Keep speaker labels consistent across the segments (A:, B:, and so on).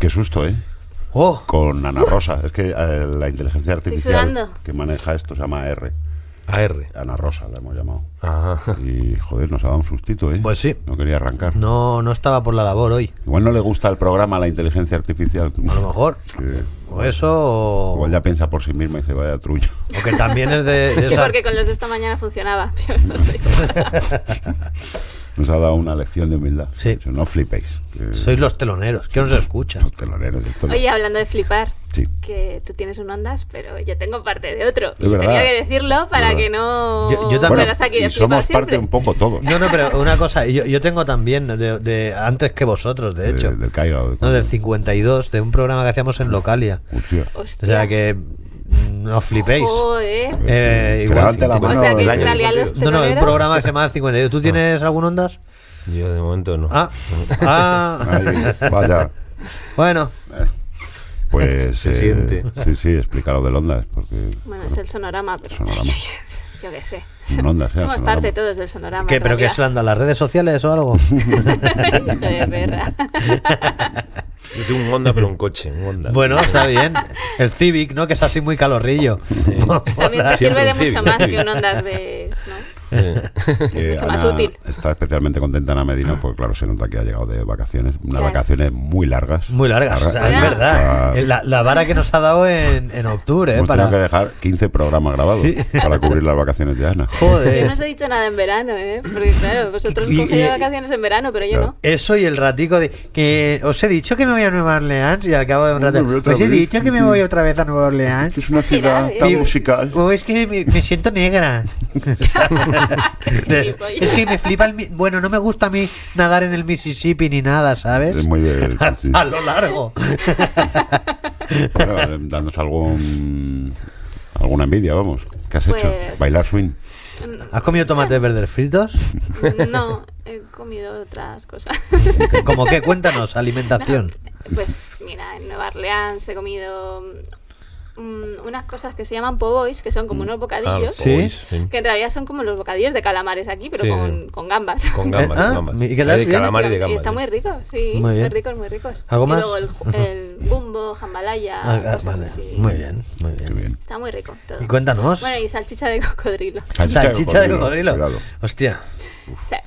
A: Qué susto, ¿eh?
B: Oh.
A: Con Ana Rosa. Es que eh, la inteligencia artificial
C: Uh. sudando.
A: que maneja esto se llama R.
B: AR.
A: Ana Rosa la hemos llamado.
B: Ajá.
A: Y joder, nos ha dado un sustito, ¿eh?
D: Pues sí.
A: No quería arrancar.
D: No, no estaba por la labor hoy.
A: Igual no le gusta el programa la inteligencia artificial.
D: A lo mejor.
A: Que-
D: O eso, o,
A: Igual ya piensa por sí misma y dice, vaya trullo.
D: o que también es de, de
C: Sí,
D: esa-
C: porque con los de esta mañana funcionaba.
A: Nos ha dado una lección de humildad.
D: Sí.
A: Eso, no flipéis. que
D: Sois los teloneros, que os escuchan.
A: los teloneros de todo.
C: Oye, hablando de flipar,
A: Sí.
C: que tú tienes un ondas, pero yo tengo parte de otro.
A: Es
C: Y
A: verdad.
C: tenía que decirlo para
A: Es verdad.
C: que
D: Yo-
C: no
D: yo
A: Bueno,
D: también-
C: fueras aquí de
A: y somos
C: flipar siempre.
A: parte un poco todos.
D: No, no, pero una cosa, yo, yo tengo también, de, de- antes que vosotros, de
A: de-
D: hecho,
A: del Caiga.
D: no, del 52, de un programa que hacíamos en Localia.
A: Hostia.
D: O
C: Hostia.
D: sea que mm, no os flipéis.
C: Joder.
D: Eh,
A: Que
D: igual
A: Pues, levante la
D: cincuenta-
A: mano
C: o sea que
A: el
C: en
A: año
C: realidad los
A: 52.
D: No, no, un
C: teloneros-
D: programa que se llama 52. ¿Tú tienes algún ondas?
B: Yo de momento no.
D: Ah, ah.
A: Ahí, vaya.
D: Bueno,
A: Pues.
B: Se siente.
A: Sí, sí, explícalo del Ondas. Porque.
C: Bueno, es el sonorama, pero
A: Sonorama.
C: yo qué sé.
A: Un Ondas, sea,
C: Somos
A: sonorama.
C: parte todos del sonorama.
D: ¿qué, ¿pero qué se lo han dado? ¿Las redes sociales o algo?
C: Hijo de perra.
B: Yo tengo un Honda, pero un coche. Un Honda.
D: Bueno, está bien. El Civic, ¿no? Que es así muy calorrillo.
C: También te
B: Siempre
C: sirve de
B: un civic,
C: mucho más
B: sí.
C: que un ondas de. ¿no?
B: Eh,
A: Eh,
C: Mucho más
A: Ana
C: útil.
A: Está especialmente contenta Ana Medina, porque claro, se nota que ha llegado de vacaciones. Unas
C: Claro.
A: vacaciones muy largas.
D: Muy largas, o sea, es
C: Claro.
D: verdad.
A: O sea,
D: La, la vara que nos ha dado en, en octubre, ¿eh?
A: Hemos
D: Para...
A: tenido que dejar 15 programas grabados
D: Sí.
A: para cubrir las vacaciones de Ana.
C: Yo no
D: Joder.
C: os he dicho nada en verano, ¿eh? Porque claro, vosotros
D: Y-
C: cogéis
D: y-
C: vacaciones en verano, pero yo
A: Claro.
C: no.
D: Eso y el ratico de... Que os he dicho que me voy a Nueva Orleans y al cabo de un rato...
A: Me voy otra
D: Os he
A: vez.
D: dicho que me voy otra vez a Nueva Orleans.
A: una
C: ciudad tan
D: Y- O es que me, me siento negra.
C: gilipollas.
D: es que me flipa el... mi- Bueno, no me gusta a mí nadar en el Mississippi ni nada, ¿sabes?
A: Es muy de- sí, sí.
D: A lo largo.
A: Bueno, eh, danos algún, alguna envidia, vamos. ¿Qué has hecho?
C: Pues-
A: Bailar swing.
D: ¿Has comido tomates verdes fritos?
C: No, he comido otras cosas.
D: ¿Cómo qué? Cuéntanos, alimentación.
C: Pues mira, en Nueva Orleans he comido mm, unas cosas que se llaman po' boys, que son como unos
B: ah,
C: bocadillos.
D: Sí.
B: boys, sí.
C: Que en realidad son como los bocadillos de calamares aquí, pero
B: Sí,
C: con,
B: sí.
C: con gambas.
B: Con gambas,
D: Ah,
B: con gambas.
D: ¿y qué tal?
B: Eh, de
D: Bien.
B: calamar y de gambas.
C: está muy rico, sí.
D: Muy
C: Muy,
D: bien.
C: ricos, muy ricos.
D: ¿Algo
C: y
D: más?
C: luego el, ju- el gumbo, jambalaya.
D: Ah, ah,
C: cosas
D: vale.
C: pues así.
D: Muy bien, muy bien.
A: Qué bien.
C: Está muy rico todo.
D: Y cuéntanos.
C: Bueno, y salchicha de cocodrilo.
D: Salchicha de cocodrilo.
A: cuidado.
D: Hostia.
C: Sa-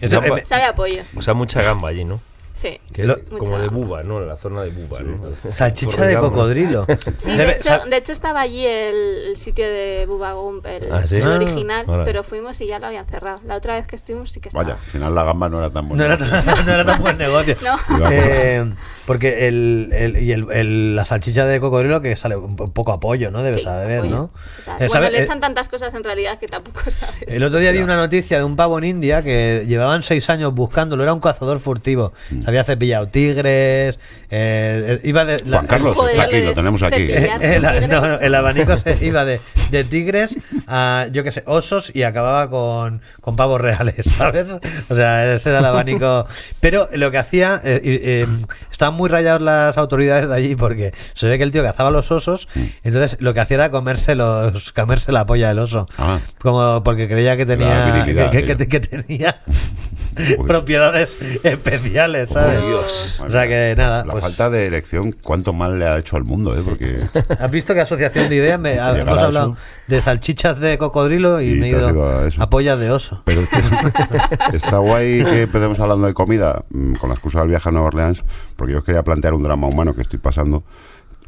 D: Esto, eh,
B: Gamba.
D: me-
C: Sabe a pollo,
B: O sea, mucha gamba allí, ¿no?
C: sí.
D: Que lo-
C: Mucha
B: Como de
C: gamba.
B: buba, ¿no? La zona de buba, ¿no?
D: salchicha
B: Por
D: de
B: gamba.
D: cocodrilo.
C: Sí, de
D: Debe-
C: hecho,
D: sa-
C: de hecho estaba allí el, el sitio de Bubba Gump, el,
B: Ah, ¿sí?
C: el
B: Ah,
C: original,
B: órale.
C: pero fuimos y ya lo habían cerrado. La otra vez que estuvimos sí que estaba.
A: Vaya, al final la gamba no era tan
D: no,
A: buena.
D: era tan, no era tan buen negocio.
C: No.
A: Iba a-
D: Eh, porque el, el- y el- el- la salchicha de cocodrilo que sale un po- un poco a pollo, ¿no? Debe
C: Sí,
D: saber,
C: pollo.
D: ¿no?
C: Total.
D: Eh,
C: Bueno,
D: ¿sabe-
C: le
D: eh,
C: echan tantas cosas en realidad que tampoco sabes.
D: El otro día vi una noticia de un pavo en India que llevaban seis años buscándolo, era un cazador furtivo. Se había cepillado tigres, eh, eh, iba de... la-
A: Juan Carlos
C: Joder,
A: está aquí,
C: lo de
A: lo tenemos aquí.
C: cepillar.
D: Eh, el- el-
C: tigres.
D: no, no, el abanico se iba de, de tigres a, yo qué sé, osos y acababa con, con pavos reales, ¿sabes? O sea, ese era el abanico. Pero lo que hacía, eh, y, eh, estaban muy rayados las autoridades de allí porque se ve que el tío cazaba los osos,
A: Mm.
D: entonces lo que hacía era comerse, los, comerse la polla del oso.
A: Ah.
D: Como porque creía que
A: La
D: tenía,
A: virilidad,
D: que, que-
A: tío.
D: que tenía
A: Joder.
D: propiedades especiales, ¿sabes?
B: Oh, Dios.
D: O sea que nada,
A: La
D: pues-
A: falta de elección, cuánto mal le ha hecho al mundo, ¿eh? Porque.
D: ¿Has visto que asociación de ideas? Me,
A: Llegar
D: hemos
A: a
D: hablado
A: eso.
D: de salchichas de cocodrilo y,
A: Y
D: me he
A: te has
D: ido
A: ido a
D: a,
A: eso.
D: pollas de oso.
A: Pero está guay que empecemos hablando de comida mm, con la excusa del viaje a Nueva Orleans, porque yo os quería plantear un drama humano que estoy pasando,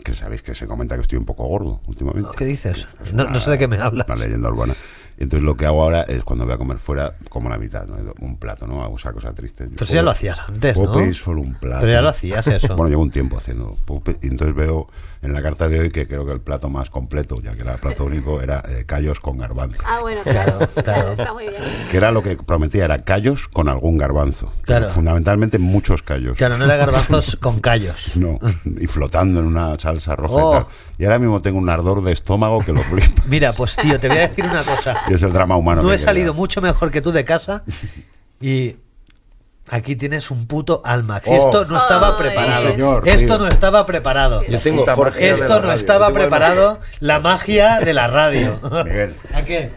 A: que sabéis que se comenta que estoy un poco gordo últimamente.
D: ¿Qué dices? No, no sé de qué me hablas.
A: Una leyenda urbana. Entonces lo que hago ahora es cuando voy a comer fuera, como la mitad, ¿no? un plato, ¿no? Hago esa cosa triste. Yo
D: Pero eso
A: puedo-
D: Pues ya lo hacías antes,
A: Puedo
D: ¿no?
A: pedir solo un plato.
D: Pero ya lo hacías eso.
A: Bueno, llevo un tiempo haciendo. puedo pe- Y entonces veo en la carta de hoy que creo que el plato más completo, ya que era plato único, era eh, callos con garbanzo.
C: Ah, bueno,
D: Claro,
C: claro,
D: claro.
C: claro, está muy bien.
A: Que era lo que prometía, era callos con algún garbanzo.
D: Claro.
A: Fundamentalmente muchos callos.
D: Claro, no era garbanzos con callos.
A: No, y flotando en una salsa roja.
D: Oh.
A: Y, tal. Y ahora mismo tengo un ardor de estómago que lo flipa.
D: Mira, pues tío, te voy a decir una cosa.
A: Y es el drama humano.
D: No
A: que
D: he salido
A: quería.
D: mucho mejor que tú de casa y aquí tienes un puto alma. Si
A: Oh.
D: esto no estaba
C: Ay.
D: preparado.
A: Sí, señor,
D: esto
A: tío.
D: no estaba preparado.
B: Yo tengo
A: Puta
B: forja.
A: magia de la
D: Esto no
A: radio.
D: estaba
B: Yo tengo
D: preparado. La magia de la radio.
A: Miguel.
D: ¿A qué?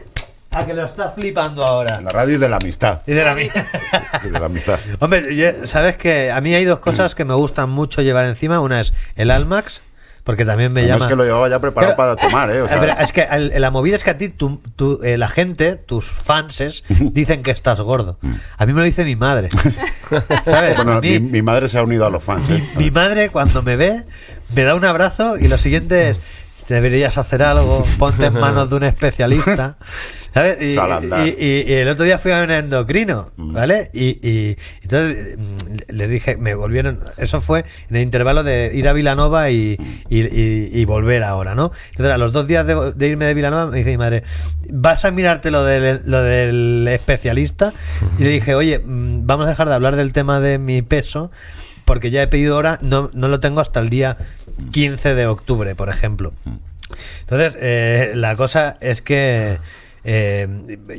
D: a que lo estás flipando ahora.
A: La radio es de la amistad.
D: Y de la mía.
A: Es de la amistad.
D: Hombre, yo- sabes que a mí hay dos cosas que me gustan mucho llevar encima. Una es el Almax, porque también me
A: Además
D: llama.
A: que lo llevaba ya preparado para
D: Pero-
A: tomar, ¿eh? O
D: Ah,
A: sea,
D: pero es que el- la movida es que a ti tu- tu- eh, la gente, tus fanses, dicen que estás gordo. A mí me lo dice mi madre.
A: Mm.
D: ¿Sabes?
A: bueno,
D: A mí-
A: mi, mi madre se ha unido a los fans. ¿eh?
D: mi madre cuando me ve me da un abrazo y lo siguiente es deberías hacer algo, ponte en manos de un especialista. ¿sabes? Y,
A: Salandar.
D: y- y- y el otro día fui a un endocrino, ¿vale? Y, y entonces mm, le dije, me volvieron, eso fue en el intervalo de ir a Vilanova y, y, y- y volver ahora, ¿no? Entonces a los dos días de, de irme de Vilanova me dice mi madre, ¿vas a mirarte lo del, lo del especialista? Y le dije, oye, mm, vamos a dejar de hablar del tema de mi peso porque ya he pedido ahora, no, no lo tengo hasta el día 15 de octubre, por ejemplo. Entonces, eh, la cosa es que eh,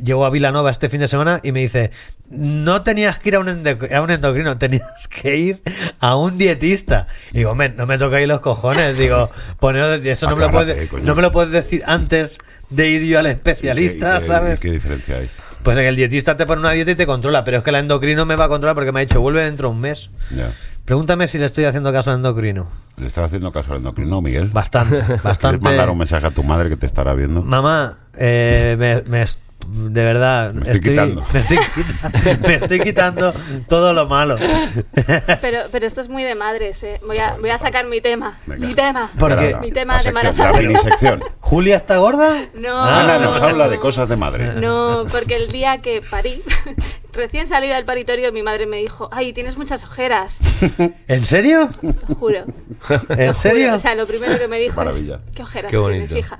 D: llego a Vilanova este fin de semana y me dice, no tenías que ir a un, endo- a un endocrino, tenías que ir a un dietista. Y digo, "Men, no me tocáis los cojones, digo, poneros, de- eso no me, lo
A: Aclárate,
D: puedes,
A: coño.
D: no me lo puedes decir antes de ir yo al especialista,
A: ¿Y qué- y qué-
D: ¿sabes?
A: y ¿Qué diferencia hay?
D: Pues en el dietista te pone una dieta y te controla, pero es que la endocrino me va a controlar porque me ha dicho, vuelve dentro de un mes.
A: Ya.
D: Pregúntame si le estoy haciendo caso al endocrino.
A: ¿Le estás haciendo caso al endocrino, Miguel?
D: Bastante,
A: ¿Quieres
D: bastante.
A: mandar un mensaje a tu madre que te estará viendo?
D: Mamá, eh, me, me es- de verdad,
A: Me estoy quitando.
D: me estoy quita- me estoy quitando todo lo malo.
C: Pero, pero esto es muy de madres, ¿eh? Voy a, voy a sacar mi tema.
A: Venga.
C: Mi tema.
D: Porque-
A: Espera, la-
C: Mi tema
A: la
C: de
A: sección,
C: Marazán.
A: La minisección.
D: ¿Julia está gorda?
C: No.
A: Ana nos habla de cosas de madre.
C: No, porque el día que parí, recién salida del paritorio, mi madre me dijo, ay, tienes muchas ojeras,
D: ¿En serio?
C: te juro.
D: ¿En serio?
C: O sea, lo primero que me dijo
A: Maravilla.
C: es, ¿qué ojeras
B: Qué
C: tienes,
B: bonito.
C: hija?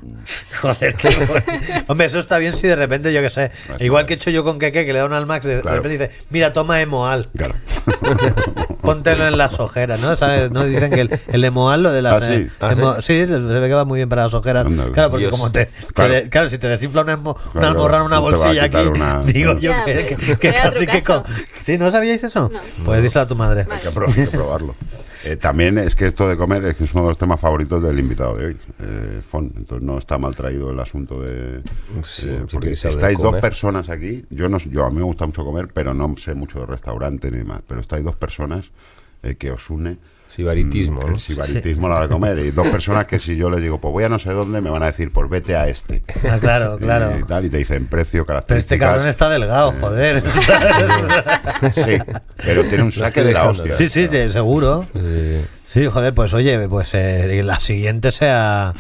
D: Joder, qué bueno. Hombre, eso está bien si de repente, yo qué sé.
A: Vale,
D: Igual
A: vale.
D: que he hecho yo con Keke, que le da un al Max, de
A: Claro.
D: repente dice, mira, toma Emoal,
A: Claro.
D: póntelo en las ojeras, ¿no? ¿Sabes? No dicen que el, el Emoal, lo de las.
A: Ah, sí.
D: eh,
B: Ah,
D: emo- sí, se ve que va muy bien para las ojeras.
A: Anda,
D: claro, porque
B: Dios.
D: como te.
A: Claro.
D: Claro. claro, si te desinfla una, almorrana
A: Claro,
D: en una
A: no te va a
D: bolsilla aquí,
A: quitar una-
D: digo yo
C: Ya,
D: que,
C: pues,
D: que- que
C: vaya
D: casi que.
C: trucazo.
D: co- ¿Sí? ¿No sabíais eso?
C: No.
D: Pues díselo a tu madre.
A: Hay que, pro- hay que probarlo. Eh, también es que esto de comer es que es uno de los temas favoritos del invitado de hoy, eh, Fon. Entonces no está mal traído el asunto de
B: Sí,
A: eh,
B: sí,
A: porque
B: que sabe
A: estáis dos
B: comer.
A: personas aquí. Yo no, s- yo a mí me gusta mucho comer, pero no sé mucho de restaurante ni más. Pero estáis dos personas eh, que os une
B: Sibaritismo,
A: mm,
B: ¿no?
A: el sibaritismo a la hora de comer y dos personas que si yo les digo pues voy a no sé dónde me van a decir pues vete a este.
D: Ah, claro,
A: Y-
D: claro.
A: Y, tal, y te dicen precio,
D: Pero este
A: características.
D: cabrón está delgado, joder.
A: Eh, Sí, pero tiene un
B: estoy
A: saque de la
B: dejando,
A: hostia.
D: sí, sí, te- seguro.
B: Sí,
D: Sí, joder, pues oye, pues eh, la siguiente sea...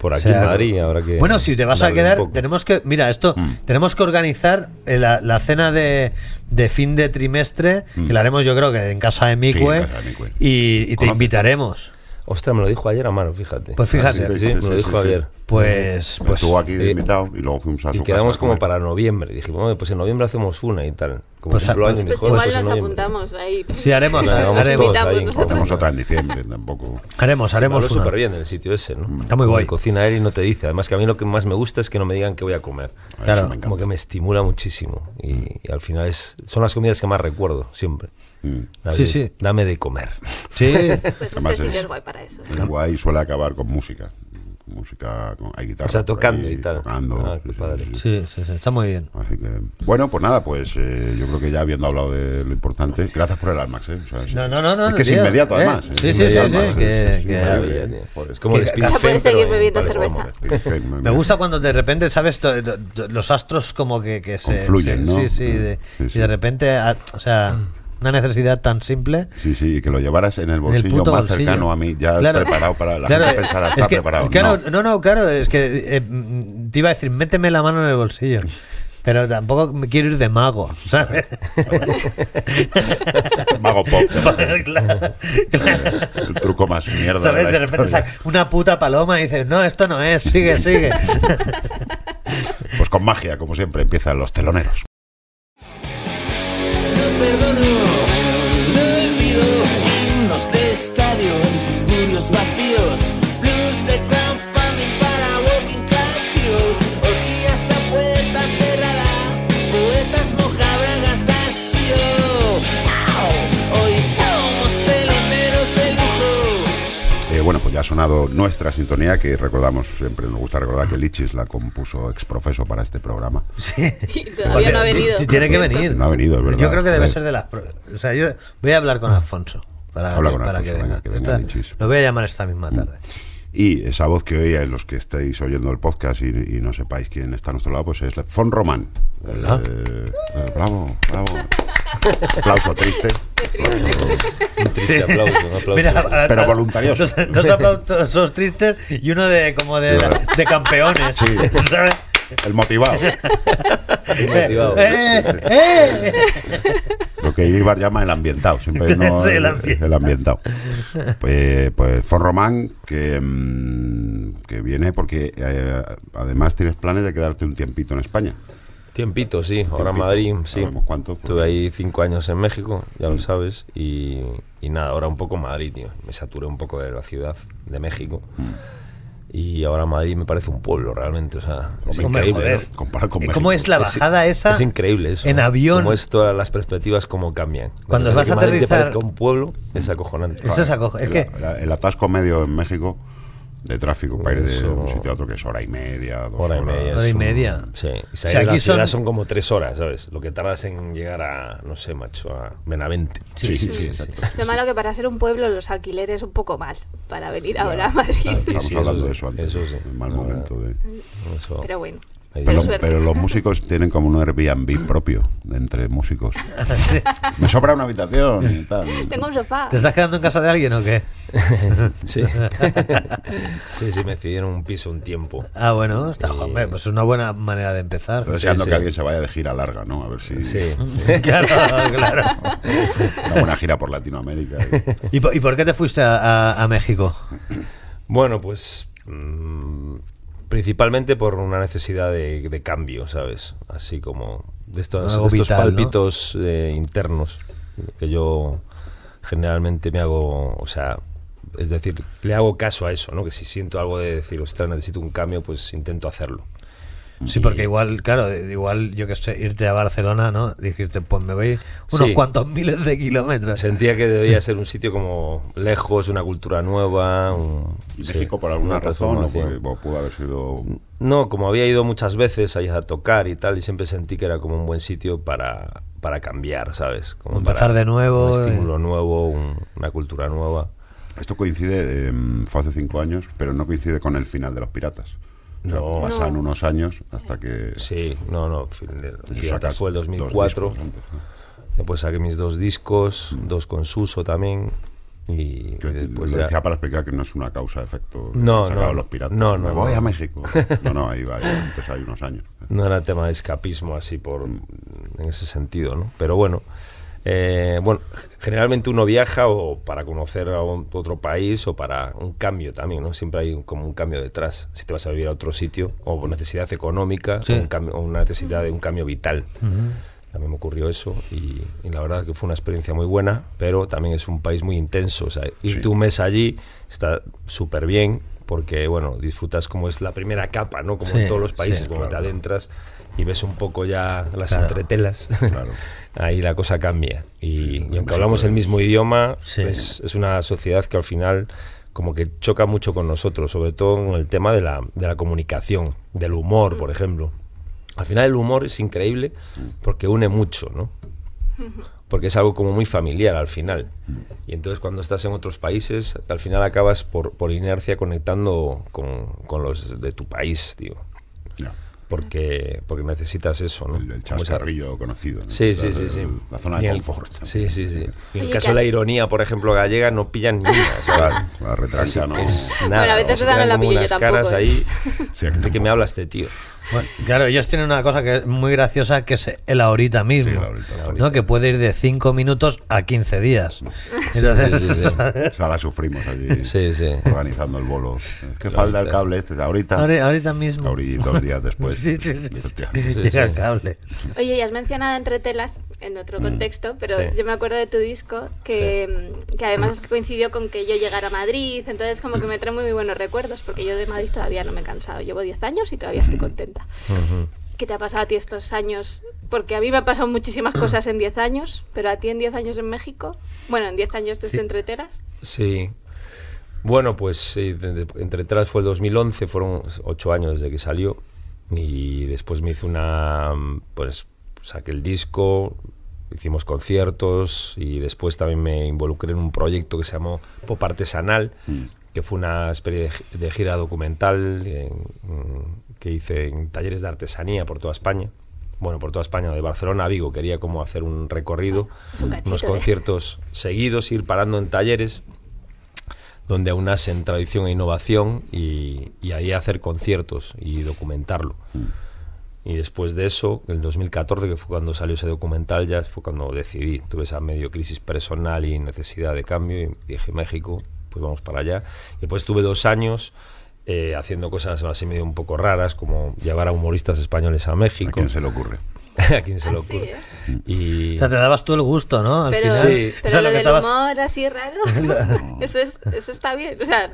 B: Por aquí
D: sea-
B: en Madrid, ahora que.
D: Bueno, si te vas a
B: darle un
D: quedar,
B: poco.
D: tenemos que... Mira, esto, tenemos que organizar eh, la, la cena de, de fin de trimestre, que la haremos yo creo que en casa de Micue,
A: casa de Micue.
D: y, y te
A: ¿Conoces?
D: invitaremos.
B: Ostras, me lo dijo ayer a mano, fíjate.
D: Pues fíjate,
B: Sí, sí, me lo dijo ayer.
D: pues... pues
A: Mm. estuvo aquí de
B: eh,
A: invitado y luego fuimos a su
B: Y
A: casa
B: quedamos
A: a
B: como
A: comer.
B: para noviembre. Dijimos, "Oye, pues en noviembre hacemos una y tal. Como
D: Pues a-
B: cumplió años,
C: Pues
B: dijo, "Oye,
C: igual
B: pues en
C: nos
B: noviembre".
C: apuntamos ahí.
D: Sí, haremos,
B: Nos
D: haremos
B: hagamos
D: todos
B: ahí,
C: nosotros.
A: Hacemos otra en diciembre tampoco.
D: Haremos,
B: Habló
D: haremos
B: súper
D: una.
B: bien en el sitio ese, ¿no?
D: Está muy
B: Como
D: guay.
B: que Cocina él y no te dice. Además que a mí lo que más me gusta es que no me digan que voy a comer.
A: A
D: Claro,
A: eso me encanta.
B: Como que me estimula muchísimo. Y, y al final es, son las comidas que más recuerdo siempre.
A: Mm,
B: La
D: Sí,
B: de-
D: sí.
B: Dame de comer.
D: Sí,
C: Pues este
A: Además es-
C: sitio es guay para eso.
A: En Guay suele acabar con música. Con música, con, hay guitarra.
B: O sea,
A: por
B: tocando
A: ahí,
B: y tal.
A: Tocando.
B: Ah, qué
A: sí,
B: padre.
A: sí, sí.
D: sí, sí, sí, está muy bien.
A: Así que, bueno, pues nada, pues eh, yo creo que ya habiendo hablado de lo importante, gracias por el Almax, ¿eh? O sea, sí.
D: No, no, no, no,
A: Es que es
D: tío,
A: inmediato,
D: eh.
A: además.
D: Sí,
A: es
D: sí, sí,
A: inmediato,
D: sí,
A: además,
D: que-
A: es
D: que-
A: inmediato,
B: Maravilla,
A: eh.
B: tío. Joder, es como el
D: Ya
B: Speed
C: puedes
B: Fame,
C: seguir
B: pero en
C: bebiendo
B: Palestina.
C: cerveza.
A: Es que me-
D: Me gusta cuando de repente, ¿sabes? To- to- to- los astros como que, que se...
A: Confluyen,
D: se-
A: ¿no?
D: Sí, sí, de-
A: Sí, sí.
D: Y de repente, a- o sea, una necesidad tan simple...
A: Sí, sí, y que lo llevaras en el
D: En el
A: bolsillo
D: puto
A: más
D: bolsillo.
A: cercano a mí, ya
D: Claro.
A: preparado para la
D: Claro,
A: gente pensará,
D: es
A: está
D: que-
A: preparado.
D: Claro,
A: No.
D: no. no, claro, es que eh, mm, te iba a decir, méteme la mano en el bolsillo. Pero tampoco me quiero ir de mago, ¿sabes?
A: Mago pop.
D: Claro.
A: El truco más mierda.
D: ¿Sabes?
A: la
D: De repente
A: historia.
D: saca una puta paloma y dices, no, esto no es, sigue, sigue.
A: Pues con magia, como siempre, empiezan los teloneros.
E: Lo perdono, lo olvido. Himnos de estadio, antiguros vacíos. Blues de crowdfunding para walking class heroes. Orgías a puerta cerrada. Poetas mojabragas hastío. ¡Au! Hoy somos teloneros de lujo.
A: Eh, bueno, pues ya ha sonado nuestra sintonía, que recordamos siempre, nos gusta recordar que Lichis la compuso ex profeso para este programa.
D: Sí.
C: Y todavía no ha venido.
D: T- Tiene que venir.
A: No ha venido, es verdad.
D: Yo creo que debe
A: Joder.
D: ser de las. pro- O sea, yo voy a hablar con Alfonso. Para,
A: Habla con
D: para
A: Alfonso,
D: que venga.
A: venga, que venga,
D: Esta-
A: Lichis. Mm.
D: lo voy a llamar esta misma tarde.
A: Y esa voz que hoy, eh, los que estáis oyendo el podcast y, y no sepáis quién está a nuestro lado, pues es la- Fon Román.
D: Hola.
A: Eh, eh, bravo, bravo. Aplauso triste.
B: Un triste
D: Sí.
B: aplauso, un aplauso.
D: Mira, ahora-
A: Pero
D: ahora-
A: voluntarioso.
D: Dos, dos aplausos tristes y uno de como de,
A: Claro.
D: de campeones.
A: Sí.
D: ¿sabes?
A: El motivado.
B: motivado.
D: Eh, eh, eh.
A: Lo que Ibar llama el ambientado. Siempre no
D: Sí, el
A: el,
D: ambientado.
A: el ambientado. Pues, pues Fon Román, que, mm, que viene porque eh, además tienes planes de quedarte un tiempito en España.
B: Tiempito, sí. Ahora en
A: Tiempito.
B: Madrid, sí.
A: Sabemos cuánto, Mm. pues.
B: Estuve ahí cinco años en México, ya lo sabes. Y, y nada, ahora un poco Madrid, tío. Me saturé un poco de la ciudad de México.
A: Mm.
B: Y ahora Madrid me parece un pueblo, realmente. O sea, es
D: Hombre,
B: increíble.
D: joder. Eh,
B: ¿no?
A: Comparado con
D: ¿Cómo
A: México.
D: es la bajada esa?
B: Es increíble eso.
D: En avión.
B: Cómo es todas las perspectivas, cómo cambian.
D: Cuando
B: Desde
D: vas
B: que
D: a
B: Madrid
D: aterrizar-
B: Te parezca un pueblo, es acojonante.
D: Eso es acojo- Es
A: el,
D: que.
A: la- el atasco medio en México de tráfico para ir de
B: Eso.
A: un sitio a otro que es hora y media, dos
B: Hora y
A: horas.
B: media.
D: Hora y
B: es un-
D: media.
B: Sí. Y
D: O
B: salir
D: sea,
B: de la
D: aquí son-
B: ciudad son como tres horas, ¿sabes? Lo que tardas en llegar a, no sé, macho, a Benavente.
A: Sí, sí, sí, exacto.
C: Lo malo que para ser un pueblo los alquileres un poco mal para venir ahora a Madrid.
B: claro.
A: Estamos
B: Sí, eso
A: hablando
B: sí,
A: de eso antes.
B: eso sí.
A: el mal
B: No,
A: momento. de-
B: Eso-
C: Pero bueno.
B: Ahí
A: Pero,
C: suerte.
A: pero los músicos tienen como un Airbnb propio entre músicos. Me sobra una habitación y tal.
C: Tengo un sofá.
D: ¿Te estás quedando en casa de alguien o qué?
B: Sí. sí, sí, me cedieron un piso un tiempo.
D: Ah, bueno, está, hombre, pues es una buena manera de empezar.
A: Estoy deseando
B: sí.
A: que alguien se vaya de gira larga, ¿no? A ver si.
B: Sí.
D: Claro, claro.
A: Una buena gira por Latinoamérica.
D: ¿Y por, y por qué te fuiste a, a- a México?
B: Bueno, pues mm, principalmente por una necesidad de, de cambio, ¿sabes? Así como de estos,
D: Algo
B: de estos
D: vital, ¿no?
B: pálpitos eh, internos que yo generalmente me hago, o sea, es decir, le hago caso a eso, ¿no? Que si siento algo de decir, ostras, necesito un cambio, pues intento hacerlo.
D: Sí, porque igual, claro, igual, yo que sé, irte a Barcelona, ¿no? Dijiste, pues me voy unos
B: Sí.
D: cuantos miles de kilómetros.
B: Sentía que debía ser un sitio como lejos, una cultura nueva. un-
A: ¿Y
B: sí,
A: México por alguna
B: una
A: razón? o
B: transformación.
A: fue- o pudo haber sido.
B: No, como había ido muchas veces ahí a tocar y tal, y siempre sentí que era como un buen sitio para, para cambiar, ¿sabes? Como
D: Empezar
B: para
D: de nuevo,
B: Un
D: eh.
B: estímulo nuevo, un- una cultura nueva.
A: Esto coincide, em, fue hace cinco años, pero no coincide con el final de los piratas. O sea,
B: No.
A: pasan
C: No.
A: unos años hasta que.
B: Sí, no, no. fin- el
A: Tú
B: Pirata
A: sacas
B: fue el
A: dos
B: 2004.
A: discos antes, ¿no?
B: Después saqué mis dos discos, dos con Suso también. Y, y
A: Que
B: después
A: lo
B: ya-
A: decía para explicar que no es una causa-efecto.
B: No,
A: Sacar a
B: no.
A: Los piratas.
B: No, no,
A: Me voy
B: no.
A: a México. No, no, ahí va, ahí antes hay unos años.
B: No era tema de escapismo así por en ese sentido, ¿no? Pero bueno, eh, bueno, generalmente uno viaja o para conocer a un- otro país o para un cambio también, ¿no? Siempre hay un- como un cambio detrás. Si te vas a vivir a otro sitio o por necesidad económica
D: Sí.
B: o, un cambio- o una necesidad de un cambio vital. También me ocurrió eso y, y la verdad que fue una experiencia muy buena, pero también es un país muy intenso. O sea, irte un mes allí está súper bien porque, bueno, disfrutas como es la primera capa, ¿no? Como
D: Sí,
B: en todos los
D: sí,
B: países, como
A: claro.
B: te adentras y ves un poco ya las
D: Claro.
B: entretelas,
A: Claro.
B: ahí la cosa cambia. Y, y aunque hablamos el mismo idioma,
D: Sí.
B: es, es una sociedad que al final como que choca mucho con nosotros, sobre todo con el tema de la, de la comunicación, del humor, por ejemplo. Al final el humor es increíble porque une mucho, ¿no? porque es algo como muy familiar al final. Y entonces cuando estás en otros países, al final acabas por, por inercia conectando con, con los de tu país, tío.
A: Ya.
B: Porque, porque necesitas eso, ¿no?
A: El, el
B: Como esa-
A: chascarrillo conocido. ¿no?
B: Oh, pues Sí, sí,
A: La-
B: sí, sí.
A: La zona
B: Ni
A: de
B: el-
A: confort.
B: Sí, sí, sí. Y en el
C: Oye,
B: caso
C: que
B: de la
C: has-
B: ironía, por ejemplo, gallega, no pillan ni una, ¿sabes?
A: La, la retranca, ¿no?
B: Es
A: Sí,
B: nada.
C: Bueno, a veces
B: se
C: esa no
B: quedan
C: la
B: como
C: pillo yo
B: unas
C: tampoco,
B: caras
C: ¿eh?
B: ahí.
A: que
B: ¿De qué
A: tampoco-
B: me habla este tío?
D: Bueno, claro, ellos tienen una cosa que es muy graciosa, que es el ahorita mismo.
A: el ahorita, el ahorita.
D: ¿no? Que puede ir de 5 minutos a 15 días. Entonces,
B: sí, sí, sí.
A: O sea, la sufrimos allí.
B: Sí, sí.
A: Organizando el bolo. Es que falta el cable este. Ahorita.
D: ahori- ahorita mismo.
A: Ahorita, dos días después.
D: Sí, sí, sí. sí.
A: Hostia.
B: Sí, sí.
D: Llega el cable.
C: Oye, y has mencionado entre telas en
D: Mm,
C: otro contexto, pero
B: Sí.
C: yo me acuerdo de tu disco que, mm, que además es que coincidió con que yo llegara a Madrid, entonces como que me trae muy buenos recuerdos, porque yo de Madrid todavía no me he cansado. Llevo 10 años y todavía estoy contenta. ¿Qué te ha pasado a ti estos años? Porque a mí me han pasado muchísimas cosas en 10 años, pero a ti en 10 años en México, bueno, en 10 años desde
D: Sí.
C: entre telas.
B: Sí. Bueno, pues sí, de- de- entre atrás fue el 2011, fueron ocho años desde que salió y después me hice una, pues saqué el disco, hicimos conciertos y después también me involucré en un proyecto que se llamó Pop Artesanal, que fue una especie de gi- de gira documental en- en- que hice en talleres de artesanía por toda España. Bueno, por toda España, de Barcelona a Vigo, quería como hacer un recorrido,
C: Es un cachito,
B: unos
C: ¿eh?
B: conciertos seguidos, ir parando en talleres donde aunasen tradición e innovación y, y ahí hacer conciertos y documentarlo. Y después de eso, el 2014, que fue cuando salió ese documental, ya fue cuando decidí. Tuve esa medio crisis personal y necesidad de cambio y dije, México, pues vamos para allá. Y después tuve dos años eh, haciendo cosas así medio un poco raras, como llevar a humoristas españoles a
A: ¿A
B: México.
A: quién se Ah, le ocurre?
B: ¿A quién se lo
C: Así,
B: ocurre?
C: ¿eh?
B: Y...
D: O sea, te dabas tú el gusto, ¿no? Al
C: Pero,
D: final.
B: Sí.
D: O
C: pero
D: sea, lo
C: lo,
D: que
C: del
D: estabas.
C: humor así raro, eso, es, eso está bien. O sea,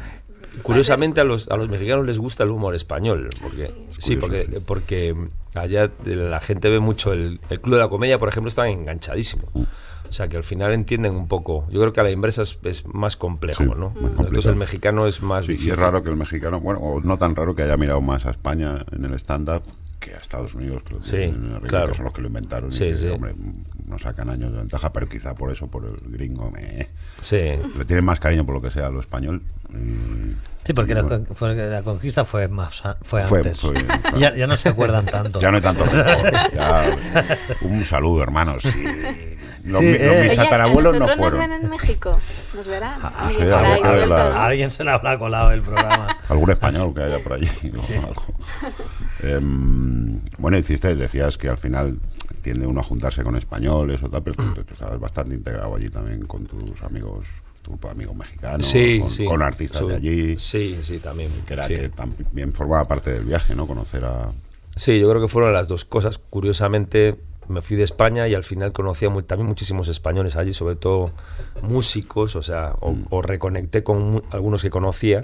B: Curiosamente a los, a los mexicanos les gusta el humor español. Porque, sí,
A: curioso.
B: porque, porque allá la gente ve mucho el, el Club de la Comedia, por ejemplo, está enganchadísimo. O sea que al final entienden un poco. Yo creo que a la inversa es, es más complejo,
A: Sí,
B: ¿no?
A: más
B: Entonces
A: complicado.
B: el mexicano es más
A: Sí, y
B: difícil.
A: es raro que el mexicano, bueno, o no tan raro que haya mirado más a España en el stand-up que a Estados Unidos, creo que,
B: Sí,
A: en el ritmo,
B: claro.
A: que son los que lo inventaron.
B: Sí,
A: y que,
B: sí.
A: hombre, nos sacan años de ventaja, pero quizá por eso, por el gringo, me-
B: Sí.
A: le tienen más cariño por lo que sea a lo español. y-
D: Sí, porque
A: y
D: la,
A: bueno,
D: con- fue- la conquista fue más a- fue
A: Fue-
D: antes.
A: fue- fue-
D: ya, ya no se acuerdan tanto.
A: ya no hay tantos rencores, ya- un saludo, hermanos. sí. Los,
D: Sí,
A: mi- los
D: eh.
A: mis
C: oye, a
A: tatarabuelos no
C: nosotros nos
A: fueron.
C: ven en México, nos verán.
A: Ah,
C: Alguien
A: sí,
C: por
A: a-
C: ahí
A: a-
C: suelto,
A: a-
C: ¿no?
D: A alguien se le habrá colado el programa.
A: Algún español que haya por allí. o algo. Em, bueno, hiciste, decías que al final tiende uno a juntarse con españoles o tal, pero tú, tú estabas bastante integrado allí también con tus amigos, tu amigo mexicano,
B: sí,
A: con,
B: sí.
A: con artistas de
B: Sobre-
A: allí,
B: Sí, sí, también.
A: que era
B: sí.
A: que también formaba parte del viaje, ¿no? Conocer a...
B: Sí, yo creo que fueron las dos cosas. Curiosamente, me fui de España y al final conocí a mu- también muchísimos españoles allí, sobre todo músicos, o sea, o, o reconecté con mu- algunos que conocía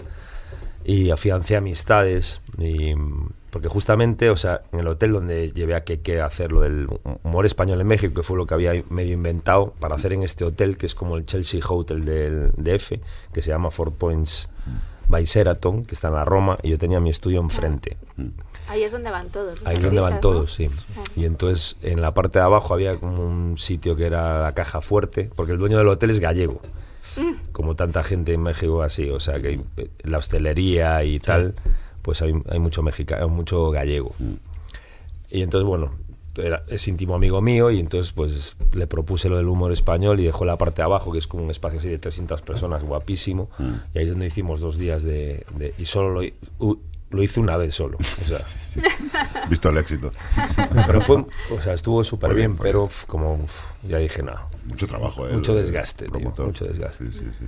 B: y afiancé amistades. Y, mm, porque justamente, o sea, en el hotel donde llevé a Keke a hacer lo del humor español en México, que fue lo que había medio inventado para hacer en este hotel, que es como el Chelsea Hotel del DF, que se llama Four Points by Sheraton, que está en la Roma, y yo tenía mi estudio enfrente.
C: Ahí es donde van todos. los
B: Ahí es donde
C: turistas, ¿no?
B: van todos, sí.
C: Ah.
B: Y entonces en la parte de abajo había como un sitio que era la caja fuerte, porque el dueño del hotel es gallego, como tanta gente en México así, o sea que hay- la hostelería y tal, pues hay, hay mucho mexicano, mucho gallego. Y entonces bueno, era- es íntimo amigo mío y entonces pues le propuse lo del humor español y dejó la parte de abajo que es como un espacio así de 300 personas, guapísimo, y ahí es donde hicimos dos días de, de- y solo lo, hi- u- lo hice una vez solo, o sea.
A: Visto el éxito.
B: Pero fue, o sea, estuvo súper
A: Muy bien,
B: bien,
A: muy
B: pero uf, como uf, ya dije, nada.
A: Mucho trabajo, ¿eh?
B: Mucho
A: El- el
B: desgaste, tío,
A: promotor.
B: mucho desgaste.
A: Sí, sí, sí.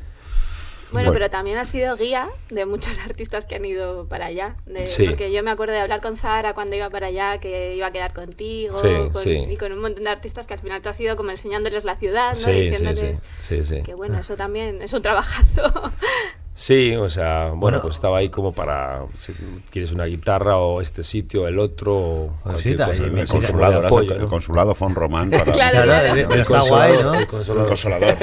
C: Bueno,
A: Bueno.
C: pero también ha sido guía de muchos artistas que han ido para allá. de-
B: Sí.
C: Porque yo me acuerdo de hablar con Zara cuando iba para allá, que iba a quedar contigo
B: Sí,
C: con-
B: sí.
C: y con un montón de artistas que al final tú has ido como enseñándoles la ciudad, ¿no?
B: Sí, sí, sí,
C: Diciéndoles
B: sí, sí.
C: que bueno, eso también es un trabajazo.
B: Sí, o sea, bueno,
D: Bueno.
B: pues estaba ahí como para si quieres una guitarra o este sitio, el otro, o cualquier
D: Cosita,
B: cosa,
D: y
B: ¿no?
D: me
A: El
D: Sí, tira-
A: consulado,
B: de
A: ahora
B: apoyo,
A: es el,
B: ¿no?
A: el consulado Fon Román para...
C: Claro.
D: Claro,
C: claro.
D: pero
B: El
D: está guay,
B: consolador,
D: ¿no?
B: el
A: El
B: consolador.
A: consolador.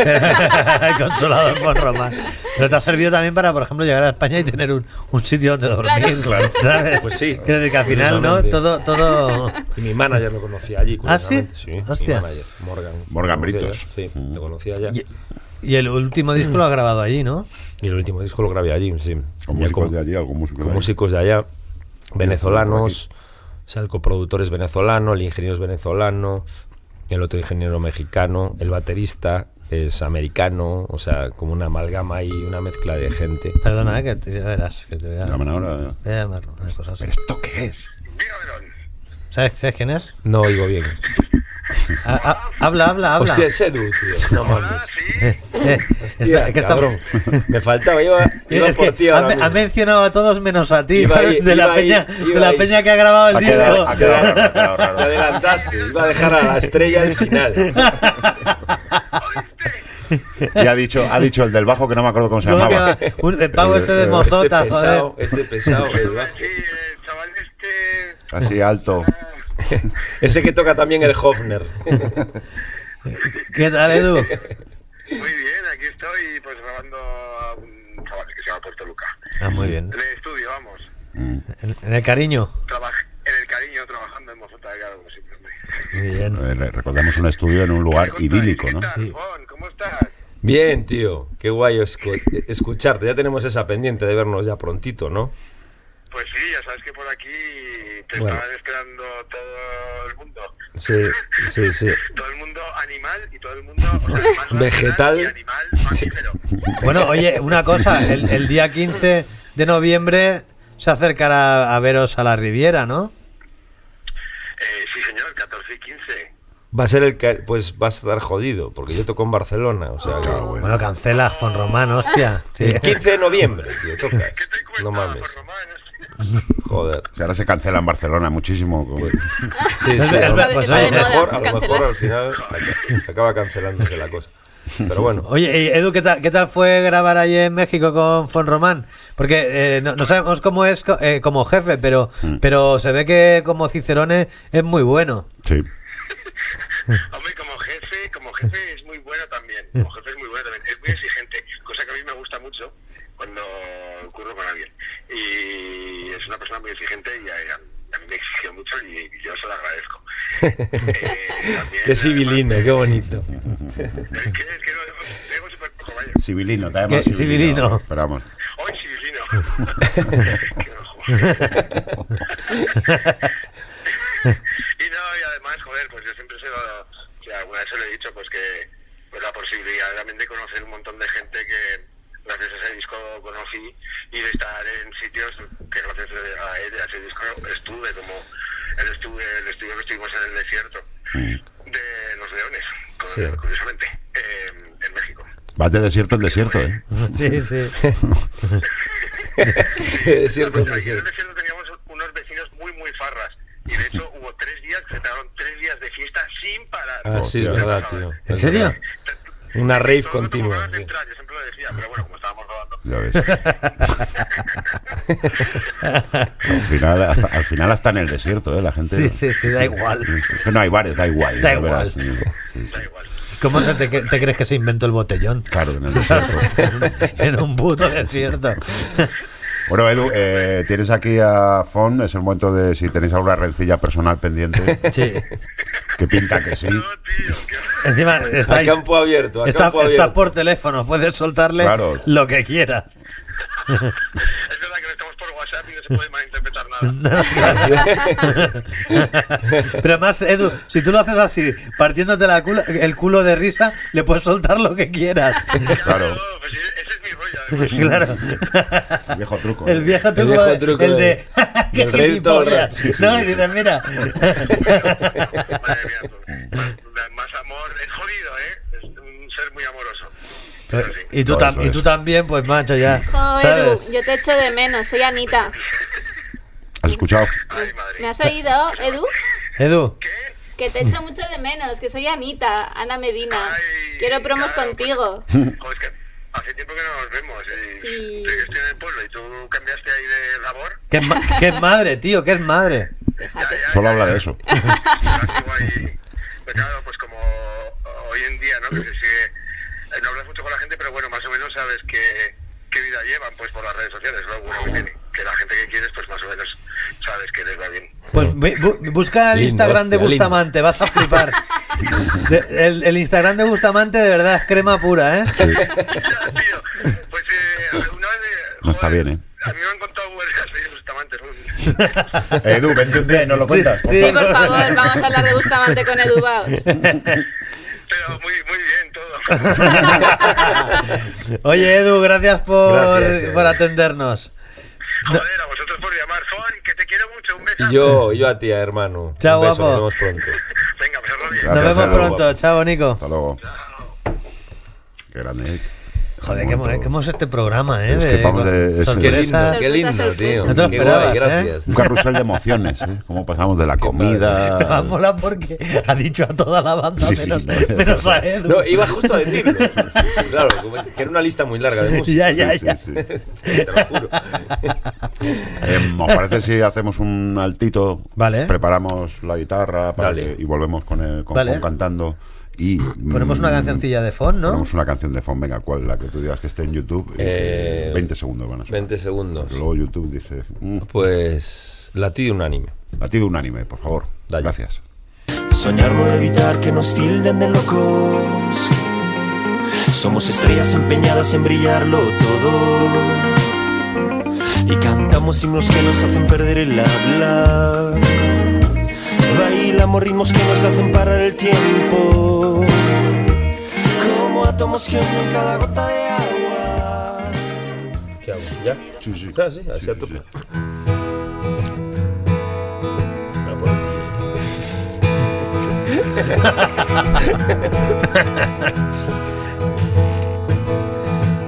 D: El consolador por Roma. Pero te ha servido también para, por ejemplo, llegar a España y tener un, un sitio donde dormir,
B: Claro.
D: ¿sabes?
B: Pues sí.
D: Quiero decir que al final, ¿no?
B: Curiosamente.
D: Todo, todo.
B: Y mi manager lo conocía allí,
D: ¿Ah, sí?
B: curiosamente. Sí,
D: Hostia. Mm.
B: mi manager, Morgan.
A: Morgan
B: Lo conocía
A: Britos.
B: allá, Sí, lo conocía allá.
D: Y, y el último disco lo ha grabado allí, ¿no?
B: Y el último disco lo grabé allí, sí.
A: Con
B: Ya
A: músicos
B: como-
A: de allí, algún músico de
B: con
A: allí.
B: músicos de allá, venezolanos, o sea, el coproductor es venezolano, el ingeniero es venezolano, el otro ingeniero mexicano, el baterista es americano, o sea, como una amalgama y una mezcla de gente.
D: Perdona, ¿eh? que te, ya verás. Que te voy a,
A: Llaman ahora...
D: voy a llamar unas cosas.
A: ¿Pero esto qué es?
D: ¿Sabes, ¿Sabes quién es?
B: No oigo bien.
D: Ah, ah, habla, habla, habla.
B: Hostia, es Edu, tío. No
A: Ah,
B: mames.
D: Eh,
B: Hostia,
D: está- que está-
B: cabrón. Me faltaba, iba, iba
D: Es
B: por
D: que
B: ti
D: ha,
B: ahora
D: me- ha
B: mismo.
D: mencionado a todos menos a ti,
B: Iba
D: ¿vale?
B: ahí,
D: de la
B: iba ahí,
D: peña,
B: iba
D: de la
B: ahí.
D: peña que ha grabado el
A: Ha
D: disco.
A: quedado- ha quedado raro, ha quedado
B: Te
A: raro.
B: adelantaste, iba a dejar a la estrella al final.
A: Y ha dicho, ha dicho el del bajo que no me acuerdo cómo se
D: ¿Cómo que
A: llamaba.
D: va? Un- el pavo este de
B: Este
D: mozota, joder.
B: pesado, este pesado. el bajo.
F: Sí, el chaval este.
A: Así alto.
B: Ese que toca también el Hofner.
D: ¿Qué tal, Edu?
F: Muy bien, aquí estoy pues grabando a un chaval que se llama a Puerto Luca.
D: Ah, muy bien.
F: En el estudio, vamos.
D: En, en el cariño.
F: Trabaj- en el cariño trabajando en Mozota de Gara, como siempre. hombre.
D: Muy bien.
A: Eh, le- recordamos un estudio en un
B: Ah,
A: lugar
F: ¿Qué contáis?
A: idílico,
F: ¿Qué
A: ¿no?
F: tal,
D: Sí.
F: Juan? ¿Cómo estás?
B: Bien, tío, qué guay escu- escucharte. Ya tenemos esa pendiente de vernos ya prontito, ¿no?
F: Pues sí, ya sabes que por aquí te
B: Bueno.
F: estaban esperando todo el mundo.
B: Sí, sí, sí.
F: Todo el mundo animal y todo el mundo o sea, animal racional
B: Vegetal.
F: y animal mamífero.
D: Bueno, oye, una cosa, el, el día 15 de noviembre se acercará a veros a la Riviera, ¿no?
F: Eh, sí, señor, 14 y 15.
B: Va a ser el que, pues vas a estar jodido, porque yo toco en Barcelona, o sea, que-
D: Ah, Bueno, cancela, Juan Román, hostia. Sí.
B: el 15 de noviembre, tío, tocas.
F: ¿Qué te cuesta,
B: No mames,
F: Juan Román?
B: joder.
A: O sea, ahora se cancela en Barcelona muchísimo. como-
B: Sí, sí,
D: Es
B: a lo-
D: verdad, pues,
B: a lo
D: oye,
B: mejor, a lo
C: cancelar.
B: mejor al final acaba cancelándose la cosa. Pero bueno,
D: Oye, y Edu, ¿qué tal, qué tal fue grabar ahí en México con Fon Román? Porque eh, no, no sabemos cómo es co- eh, como jefe, pero, pero se ve que como Cicerone es muy bueno.
A: Sí.
F: Hombre, como jefe, como jefe es muy bueno también. Como jefe es muy bueno también. Es muy exigente, cosa que a mí me gusta mucho cuando curro con alguien. Y es una persona muy exigente y a, a- a mí me exigió mucho y yo se lo agradezco. Eh, también,
B: qué sibilino, qué bonito.
F: además, Es que, es que no- tengo súper poco, vaya.
A: Civilino, tenemos
D: ¿Qué? Civilino.
A: Esperamos.
F: Hoy sibilino. Qué ojo. y no, y además, joder, pues yo siempre se lo, o sea, alguna vez se lo he dicho, pues que pues la posibilidad también de conocer un montón de gente que gracias a ese disco conocí y de estar en sitios que gracias a él, a ese disco estuve, como el estudio, el estudio que estuvimos en el desierto
A: Mm.
F: de los leones, con-
B: Sí.
F: curiosamente, em, en México.
A: Vas de desierto en desierto, ¿eh?
D: Sí, sí.
B: Es cierto,
F: Pues
B: es
F: aquí en el
B: cierto.
F: desierto teníamos unos vecinos muy, muy farras. Y de hecho hubo tres días, se tardaron tres días de fiesta sin parar.
B: Ah, sí, es verdad, tío.
D: ¿En serio?
B: Una rave
F: Todo el mundo
B: continua.
F: con ganas de
B: sí. Mm.
F: entrar, Yo siempre lo decía, pero bueno, como estábamos grabando.
A: Ya ves. al, final, hasta, al final hasta en el desierto, ¿eh? La gente...
D: Sí, sí, sí, da igual.
A: Es que no hay bares, da igual.
D: Da
A: ya verás.
D: igual.
A: Sí, sí, sí.
D: ¿Cómo se te, te crees que se inventó el botellón?
A: Claro, en el desierto.
D: en un puto desierto.
A: Bueno, Edu, eh, tienes aquí a Fon, es el momento de si tenéis alguna rencilla personal pendiente,
D: Sí.
A: que pinta que sí.
F: No, tío, que-
D: Encima estáis-
B: A campo abierto, a
D: está-
B: campo abierto.
D: estás por teléfono, puedes soltarle
A: Claro.
D: lo que quieras.
F: es verdad que no estamos por WhatsApp y no se puede malinterpretar nada.
D: Pero además, Edu, si tú lo haces así, partiéndote la culo- el culo de risa, le puedes soltar lo que quieras.
A: Claro.
F: No, pues ese ese es mi rollo, además.
D: Claro.
A: Viejo truco.
D: El
A: ¿eh?
D: viejo truco,
B: viejo
D: de-
B: truco
D: el
B: de-
D: de... "Ah, ¡Qué
B: del rey todo el
D: gilipollas!
B: rato. Sí, sí,
D: no,
B: sí.
D: y dices, mira...
F: Madre mía, pues, más- más amor, es jodido, ¿eh? Es un ser muy amoroso. Pero sí.
D: Y tú,
A: No,
D: tam-
A: eso
D: y tú
A: es.
D: también, pues macho, ya.
C: Jo,
D: ¿Sabes?
C: Edu, yo te echo de menos, soy Anita.
A: ¿Has escuchado?
F: Ay, madre.
C: ¿Me has oído, Edu?
D: Edu,
C: Que te echo mucho de menos, que soy Anita, Ana Medina.
F: Ay,
C: Quiero promos
F: claro,
C: contigo.
F: Joder, es que hace tiempo que no nos vemos. Y
C: Sí.
F: yo estoy en el pueblo y tú cambiaste ahí de labor.
D: que es, ma- que es madre, tío, que es madre.
C: Fíjate.
A: Solo habla de eso.
F: Estás igual. Pero claro, pues como hoy en día, ¿no? Que se sigue. eh, No hablas mucho con la gente, pero bueno, más o menos sabes qué, qué vida llevan pues por las redes sociales, lo bueno que tiene. Que la gente que quieres, pues más o menos sabes que les va bien.
D: Pues bu- bu- busca el
B: Lindo,
D: Instagram de
B: hostia, lindo.
D: Bustamante, vas a flipar. De- el, el Instagram de Bustamante de verdad es crema pura, ¿eh?
F: Tío, pues eh, una vez. eh,
A: No está
F: joder,
A: bien, ¿eh?
F: A mí me han contado huelgas de Bustamante. ¿no?
A: Eh, Edu, vente un día y nos lo cuentas. por
D: Sí,
C: Sí,
A: favor.
C: por favor, vamos a hablar de Bustamante con Edu Baos.
F: Pero muy, muy bien todo.
D: Oye, Edu, gracias por,
B: Gracias,
A: eh.
B: Edu.
D: por atendernos.
F: Joder, a vosotros por llamar. Juan, que te quiero mucho. Un beso.
B: Y yo, yo a ti, hermano.
D: Chao,
B: Un beso,
D: guapo.
B: Nos vemos pronto.
F: Venga, pues, pasarlo bien.
A: Gracias,
D: Nos vemos
A: Edu.
D: pronto, chao, Nico.
A: Hasta luego. Qué grande. ¿eh?
D: Joder, qué, mo-
A: Momento.
D: qué hemos este programa, ¿eh?
A: Es que vamos de- es-
B: Qué lindo,
D: sorpresa.
B: qué lindo, tío.
D: No te lo
B: Qué
D: esperabas,
B: guay,
D: ¿eh?
B: gracias.
A: Un carrusel de emociones, ¿eh? Cómo pasamos de la
D: Te va a
A: comida...
D: molar porque ha dicho a toda la banda
A: Sí, sí,
D: menos,
A: no.
D: menos a Edu.
B: No, iba justo a decirlo. Claro, como- que era una lista muy larga de música.
D: ya, ya,
A: Sí, sí,
D: ya.
A: sí.
B: Te lo juro.
A: Eh, ¿Os parece si hacemos un altito?
D: Vale.
A: Preparamos la guitarra para
B: Dale.
A: que- y volvemos con, el, con
D: Vale.
A: Fon cantando. Y,
D: Ponemos una
A: mm,
D: cancioncilla de fondo, ¿no?
A: Ponemos una canción de fondo, venga, ¿cuál? La que tú digas que esté en YouTube.
B: Eh,
A: 20 segundos van a ser.
B: 20 segundos.
A: Luego YouTube dice, mm,
B: Pues latido unánime.
A: latido unánime, por favor.
B: Dale.
A: Gracias.
G: Soñar no evitar que nos tilden de locos. Somos estrellas empeñadas en brillarlo todo. Y cantamos himnos que nos hacen perder el habla. Bailamos ritmos que nos hacen parar el tiempo. Como átomos que unen cada gota de agua.
B: ¿Qué hago? ¿Ya?
A: Sí, sí.
B: Ah, sí, así
A: Sí,
B: a
A: sí,
B: tope.
A: sí.
B: Voy a poner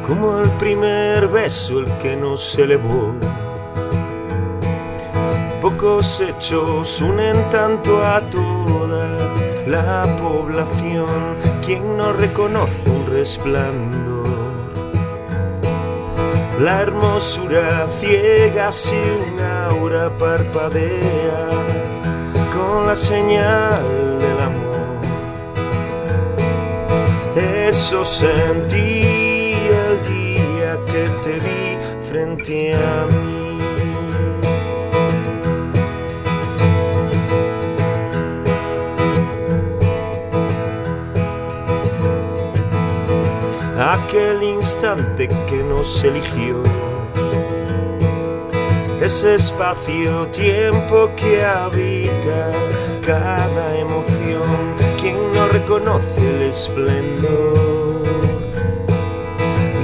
G: como el primer beso el que nos elevó. Pocos hechos unen tanto a toda la población, quien no reconoce un resplandor. La hermosura ciega sin aura parpadea con la señal del amor eso sentí el día que te vi frente a mí. Aquel instante que nos eligió, ese espacio-tiempo que habita cada emoción, quien no reconoce el esplendor.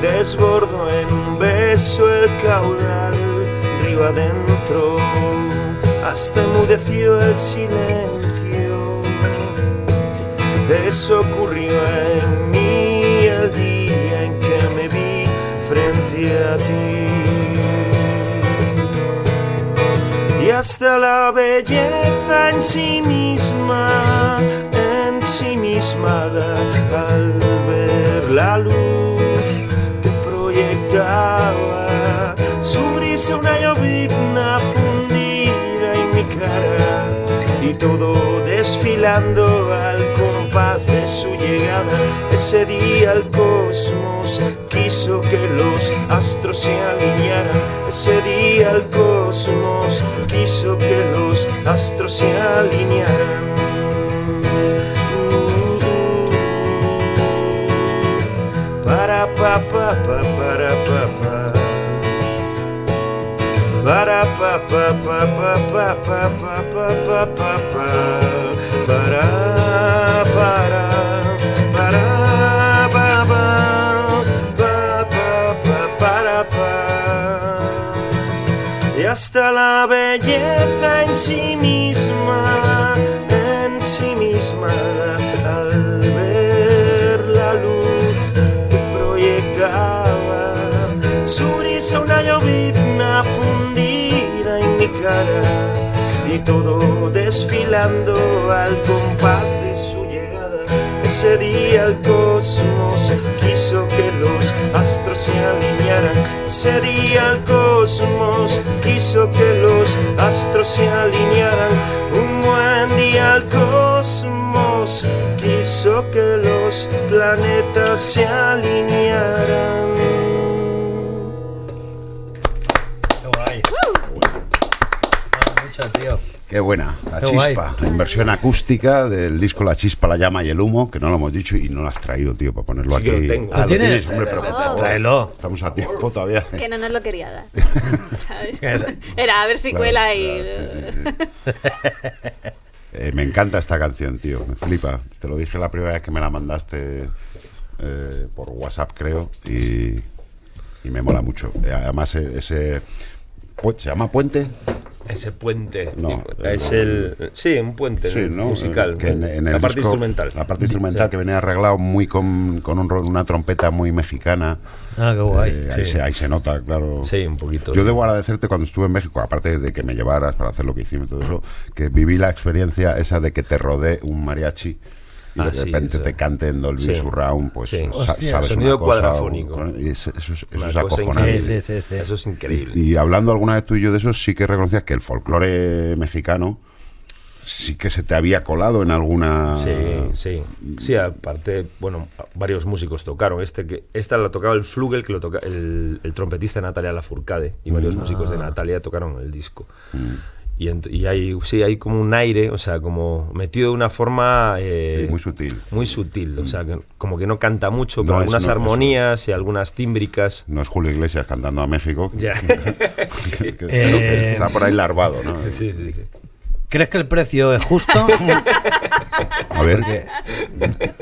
G: Desbordo en un beso el caudal, río adentro, hasta enmudeció el silencio. Eso ocurrió en mí el día en que me vi frente a ti y hasta la belleza en sí misma, en sí misma al ver la luz que proyectaba su brisa una llovizna fundida en mi cara y todo desfilando al compás de su llegada ese día el cosmos quiso que los astros se alinearan ese día el cosmos quiso que los astros se alinearan para pa pa pa para pa pa para pa pa pa pa pa pa pa pa pa pa pa para para para pa pa pa pa pa para pa y hasta la belleza en sí misma, en sí misma, al ver la luz que proyectaba su brisa una llovizna fundida en mi cara y todo desfilando al compás de su llegada. Ese día el cosmos quiso que los astros se alinearan. Ese día el cosmos quiso que los astros se alinearan. Un buen día el cosmos quiso que los planetas se alinearan.
D: Qué guay. Mola mucho, tío.
A: Qué buena, La
D: Qué
A: Chispa, en versión acústica del disco La Chispa, La Llama y el Humo, que no lo hemos dicho y no lo has traído, tío, para ponerlo
B: Sí
A: aquí.
B: que lo tengo.
A: Ah,
B: ¿Lo
A: lo
D: tienes?
A: tienes, hombre, pero por
B: Oh.
A: favor.
D: Tráelo.
A: Estamos a tiempo todavía.
C: Que no nos lo quería dar. ¿Sabes?
D: Es-
C: Era a ver si
A: Claro,
C: cuela y.
A: claro, sí, sí, sí. Eh, me encanta esta canción, tío. Me flipa. Te lo dije la primera vez que me la mandaste eh, por WhatsApp, creo. Y, y me mola mucho. Eh, además, eh, ese. pu- ¿Se llama Puente?
B: Ese puente.
A: No,
B: es
A: eh,
B: el. Sí, un puente
A: Sí, ¿no?
B: musical.
A: Eh, que en- en
B: la
A: el
B: parte
A: disco-
B: instrumental.
A: La parte instrumental que venía arreglado muy con, con un ro- una trompeta muy mexicana.
D: Ah, qué guay.
A: Eh, ahí,
B: sí.
A: se, ahí se nota, claro.
B: Sí, un poquito.
A: Yo
B: sí.
A: debo agradecerte cuando estuve en México, aparte de que me llevaras para hacer lo que hicimos y todo eso, que viví la experiencia esa de que te rodee un mariachi y
B: Ah,
A: de
B: sí,
A: repente
B: eso.
A: te cante en Dolby
B: Sí.
A: Surround, pues
B: Sí.
A: sa-
D: Hostia,
A: sabes
B: sonido
A: una cosa,
B: cuadrafónico.
A: un- y eso, eso es- eso
B: Una
A: es
B: cosa
A: acojonante.
B: increíble.
D: Sí, sí, sí, sí.
B: Eso es increíble.
A: Y hablando alguna vez tú y yo de eso, sí que reconocías que el folclore mexicano sí que se te había colado en alguna.
B: Sí, sí. Sí, aparte, bueno, varios músicos tocaron. Este que, esta la tocaba el Flugel, que lo toca el, el trompetista Natalia Lafourcade. Y varios
A: Mm.
B: músicos
A: Ah.
B: de Natalia tocaron el disco. Y, ent- y hay, sí, hay como un aire, o sea, como metido de una forma... eh,
A: Sí, muy sutil.
B: Muy sutil, o sea, que como que no canta mucho,
A: No,
B: pero
A: es-
B: algunas
A: no, eso-
B: armonías y algunas tímbricas.
A: No es Julio Iglesias cantando a México.
B: Ya.
A: que- que-
D: Eh,
A: Está por ahí larvado, ¿no?
B: sí, sí, sí.
D: ¿Crees que el precio es justo?
A: A ver,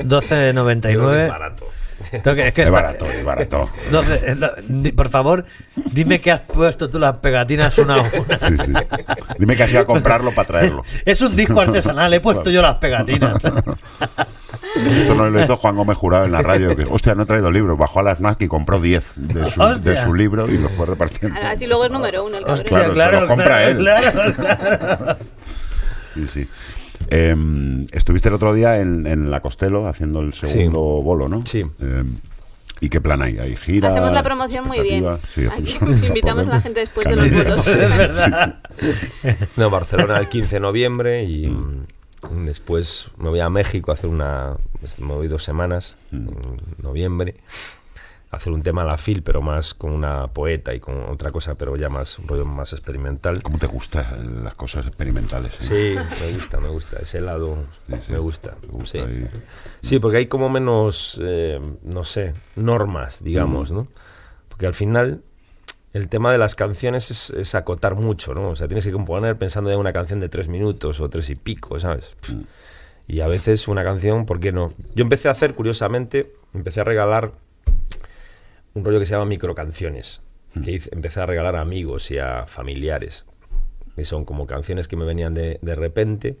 D: 12.99.
B: Es barato.
D: Tengo que- es que
A: es
D: está-
A: barato, es barato.
D: Entonces, eh, no, di- por favor, dime que has puesto tú las pegatinas una a una.
A: Sí, sí. Dime que has ido a comprarlo para traerlo.
D: Es un disco artesanal, he puesto yo las pegatinas.
A: Esto no lo hizo Juan Gómez Jurado en la radio. Que, hostia, no he traído libros. Bajó a la FNAC y compró 10 de su,
D: Hostia.
A: de su libro y lo fue repartiendo.
C: Ahora, Así luego es número uno el cabrón.
A: Hostia. Claro, se lo compra él.
D: claro, claro.
A: Sí, sí. Em, estuviste el otro día en, en la Costello haciendo el segundo bolo, ¿no?
B: Sí.
A: Em, ¿Y qué plan hay? ¿Hay gira?
C: Hacemos la promoción muy bien.
A: expectativa? Sí,
C: Aquí invitamos a la gente después de los
A: Canalla.
C: vuelos.
A: Sí,
D: Es
A: sí.
D: verdad.
B: No, Barcelona el 15 de noviembre y mm, después me voy a México a hacer una. pues, Me voy dos semanas
A: Mm.
B: en noviembre a hacer un tema a la fil, pero más con una poeta y con otra cosa, pero ya más un rollo más experimental.
A: ¿Cómo te gustan las cosas experimentales? eh?
B: Sí, me gusta, me gusta. Ese lado
A: Sí, sí.
B: me gusta.
A: Te gusta
B: sí.
A: ahí.
B: Sí, porque hay como menos, eh, no sé, normas, digamos, ¿no? Porque al final el tema de las canciones es, es acotar mucho, ¿no? O sea, tienes que componer pensando en una canción de tres minutos o tres y pico, ¿sabes? Pff. Y a veces una canción, ¿por qué no? Yo empecé a hacer, curiosamente, empecé a regalar un rollo que se llama microcanciones,
D: Hmm.
B: que hice- empecé a regalar a amigos y a familiares. Y son como canciones que me venían de, de repente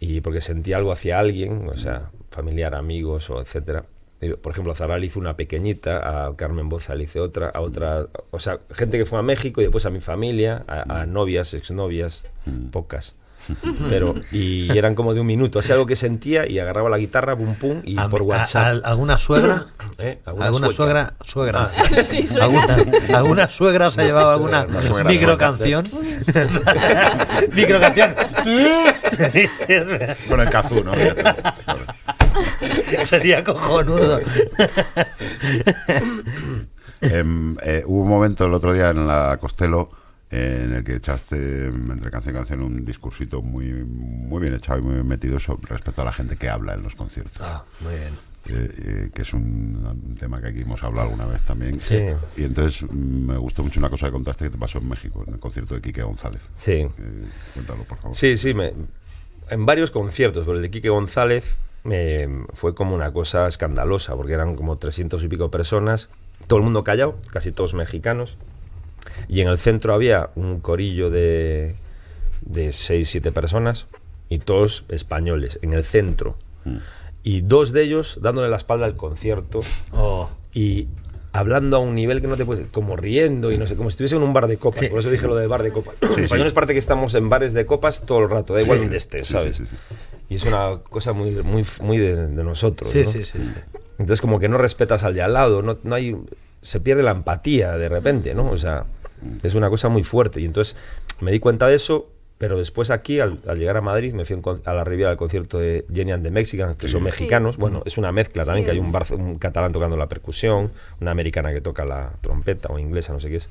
B: y porque sentía algo hacia alguien, o sea, familiar, amigos o etcétera. Y, Por ejemplo, a Zara le hice una pequeñita, a Carmen Boza le hice otra, a otra, o sea, gente que fue a México y después a mi familia, a,
D: Hmm.
B: a novias, exnovias, pocas. Pero, y eran como de un minuto, hacía algo que sentía y agarraba la guitarra, pum pum, y
D: A-
B: por
D: a-
B: WhatsApp.
D: a- ¿Alguna suegra?
B: ¿eh? Alguna
D: ¿Alguna
B: sueca.
D: suegra? Suegra.
C: Sí,
D: ¿Alguna,
C: suegas.
D: ¿Alguna suegra se ha llevado alguna
B: Una suegra
D: microcanción? microcanción.
A: Con el cazú, ¿no?
D: Sería cojonudo.
A: Em, eh, hubo un momento el otro día en la Costello eh, en el que echaste em, entre canción y canción un discursito muy, muy bien echado y muy bien metido sobre, respecto a la gente que habla en los conciertos.
B: Ah,
D: muy bien.
A: eh, eh, que es un, un tema que aquí hemos hablado alguna vez también.
B: Sí.
A: Y entonces mm, me gustó mucho una cosa que contaste que te pasó en México, en el concierto de Quique González.
B: Sí.
A: Eh, cuéntalo, por favor.
B: Sí, sí, me- en varios conciertos, pero el de Quique González eh, fue como una cosa escandalosa, porque eran como 300 y pico personas, todo el mundo callado, casi todos mexicanos, y en el centro había un corillo de, de 6, 7 personas, y todos españoles, en el centro, y dos de ellos dándole la espalda al concierto,
D: Oh.
B: y hablando a un nivel que no te puedes como riendo y no sé como si estuviese en un bar de copas por eso dije lo de bar de copas los españoles parece que estamos en bares de copas todo el rato da igual donde estés sabes y es una cosa muy muy muy de, de nosotros
D: Sí,
B: ¿no?
D: sí, sí.
B: entonces como que no respetas al de al lado no, no hay se pierde la empatía de repente no o sea es una cosa muy fuerte y entonces me di cuenta de eso pero después aquí, al, al llegar a Madrid, me fui a un con- a la Riviera al concierto de Jenny and the Mexicans, que son mexicanos. Bueno, es una mezcla también, que hay un, barzo- un catalán tocando la percusión, una americana que toca la trompeta o inglesa, no sé qué es.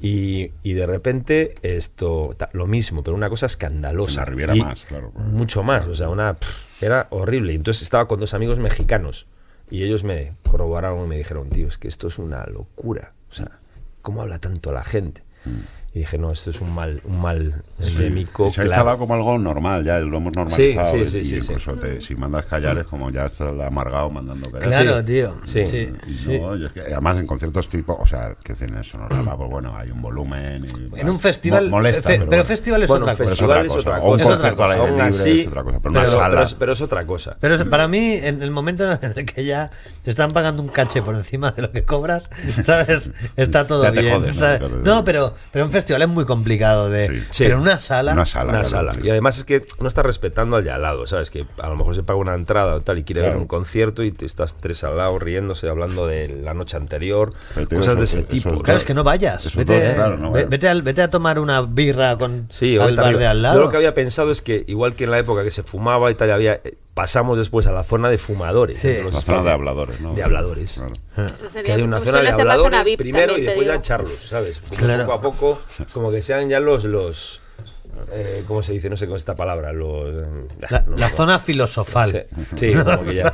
B: Y, y de repente esto, ta- lo mismo, pero una cosa escandalosa.
A: En la Riviera
B: Y
A: más, claro.
B: Mucho más, o sea, una, pff, era horrible. Y Entonces estaba con dos amigos mexicanos y ellos me corroboraron y me dijeron, tío, es que esto es una locura. O sea, ¿cómo habla tanto la gente? Y dije, no, esto es un mal, un mal endémico,
A: Se ha
B: claro.
A: instalado como algo normal, ya lo hemos normalizado. eh,
B: Sí, sí, sí,
A: y
B: sí,
A: incluso te- si mandas callar es como ya estás amargado mandando callar.
D: Claro,
B: Sí.
D: tío.
B: Sí.
D: Sí.
A: Y no, y es que, además en conciertos tipo, o sea, que en el Sonorama, pues bueno, hay un volumen. y-
D: En un festival.
A: Mo- molesta,
D: fe-
A: pero
D: pero
A: bueno.
D: festival es
B: Bueno,
D: otra cosa.
A: festival-
B: festival es
A: cosa.
B: otra
A: O un
B: cosa.
A: concierto al aire
B: Aún
A: libre
B: así,
A: es otra cosa, pero una sala.
B: pero es- pero es otra cosa.
D: Pero es- para mí, en el momento en el que ya te están pagando un caché por encima de lo que cobras, ¿sabes? Está todo
A: Ya te
D: bien.
A: jodes, ¿no?
D: ¿sabes?
A: Claro,
D: No, pero, pero un festival es muy complicado de.
A: Sí.
B: Sí.
D: Pero en una sala.
A: Una sala.
B: una
A: claro.
B: sala. Y además es que no estás respetando al de al lado, ¿sabes? Que a lo mejor se paga una entrada o tal y quiere
A: Claro.
B: ver un concierto y te estás tres al lado riéndose, hablando de la noche anterior,
A: Pero te digo,
B: cosas
A: eso-
B: de ese
A: eso-
B: tipo.
A: eso-
D: Claro, es que no vayas.
A: Esos
D: Vete,
A: dos, claro, no
D: ve-
A: vayas.
D: vete, al- vete a tomar una birra con,
B: Sí, hoy
D: al bar
B: también.
D: de al
B: Yo
D: lado.
B: lo que había pensado es que, igual que en la época que se fumaba y tal, había, eh, pasamos después a la zona de fumadores.
D: Sí.
B: entre los
A: La zona de
B: espacios.
A: habladores, ¿no?
B: De habladores.
A: Claro.
C: Eso sería
B: Que hay una
C: como
B: zona de
C: Pues suele ser la zona
B: habladores
C: VIP
B: primero
C: también,
B: y
C: te
B: después ya
C: digo.
B: charlos, ¿sabes? Como
D: Claro.
B: Poco a poco, como que sean ya los. los eh, ¿Cómo se dice? No sé con esta palabra. Los, eh,
D: La,
B: no me
D: la
B: acuerdo.
D: zona filosofal.
B: Sí, sí, como que ya.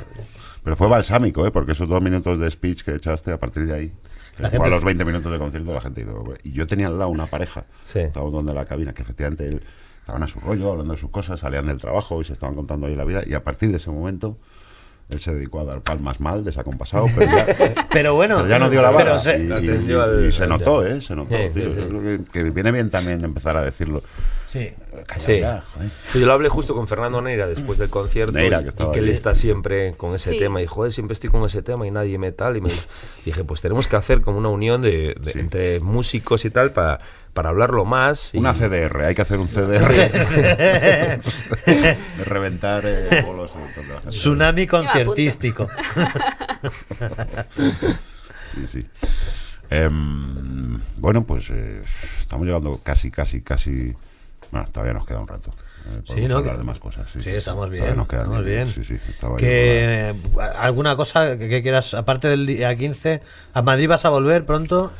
A: Pero fue balsámico, ¿eh? Porque esos dos minutos de speech que echaste a partir de ahí.
D: La
A: fue
D: gente
A: a los
D: se-
A: 20 minutos de concierto la gente hizo, "Hombre". Y yo tenía al lado una pareja.
B: Sí.
A: Estábamos donde la cabina, que efectivamente él- estaban a su rollo, hablando de sus cosas, salían del trabajo y se estaban contando ahí la vida. Y a partir de ese momento, él se dedicó a dar palmas mal, descompasado, pero ya,
D: Pero bueno.
A: pero ya no dio la
D: pero
A: vara.
D: se-
A: y,
B: La
A: y-
B: atendió al-
A: y se
B: al-
A: notó, ¿eh? Se notó,
B: Sí,
A: tío.
B: sí, sí.
A: Yo creo que, que viene bien también empezar a decirlo.
D: sí.
A: Calla
B: Sí.
A: ya, joder.
B: Sí, Yo lo hablé justo con Fernando Neira después del concierto
A: Neira,
B: y-
A: que
B: y
A: estaba
B: que él
A: allí.
B: está siempre con ese
C: Sí.
B: tema. Y dijo, joder, siempre estoy con ese tema y nadie me tal. Y me dije, pues tenemos que hacer como una unión de, de-
A: Sí.
B: entre músicos y tal para, para hablarlo más. y-
A: Una CDR, hay que hacer un CDR. de reventar eh, bolos. y todo lo demás.
D: Tsunami
C: apunto.
D: conciertístico.
A: Sí, sí. Em, bueno, pues eh, estamos llegando casi, casi, casi. Bueno, todavía nos queda un rato. Eh, podemos
D: Sí, ¿no?
A: hablar
D: Que-
A: de más cosas. Sí,
D: Sí, estamos bien,
A: Todavía nos queda
D: estamos
A: tiempo. Sí,
D: bien.
A: sí, estaba yo
D: Que eh, alguna cosa que, que quieras, aparte del día 15, a Madrid vas a volver pronto.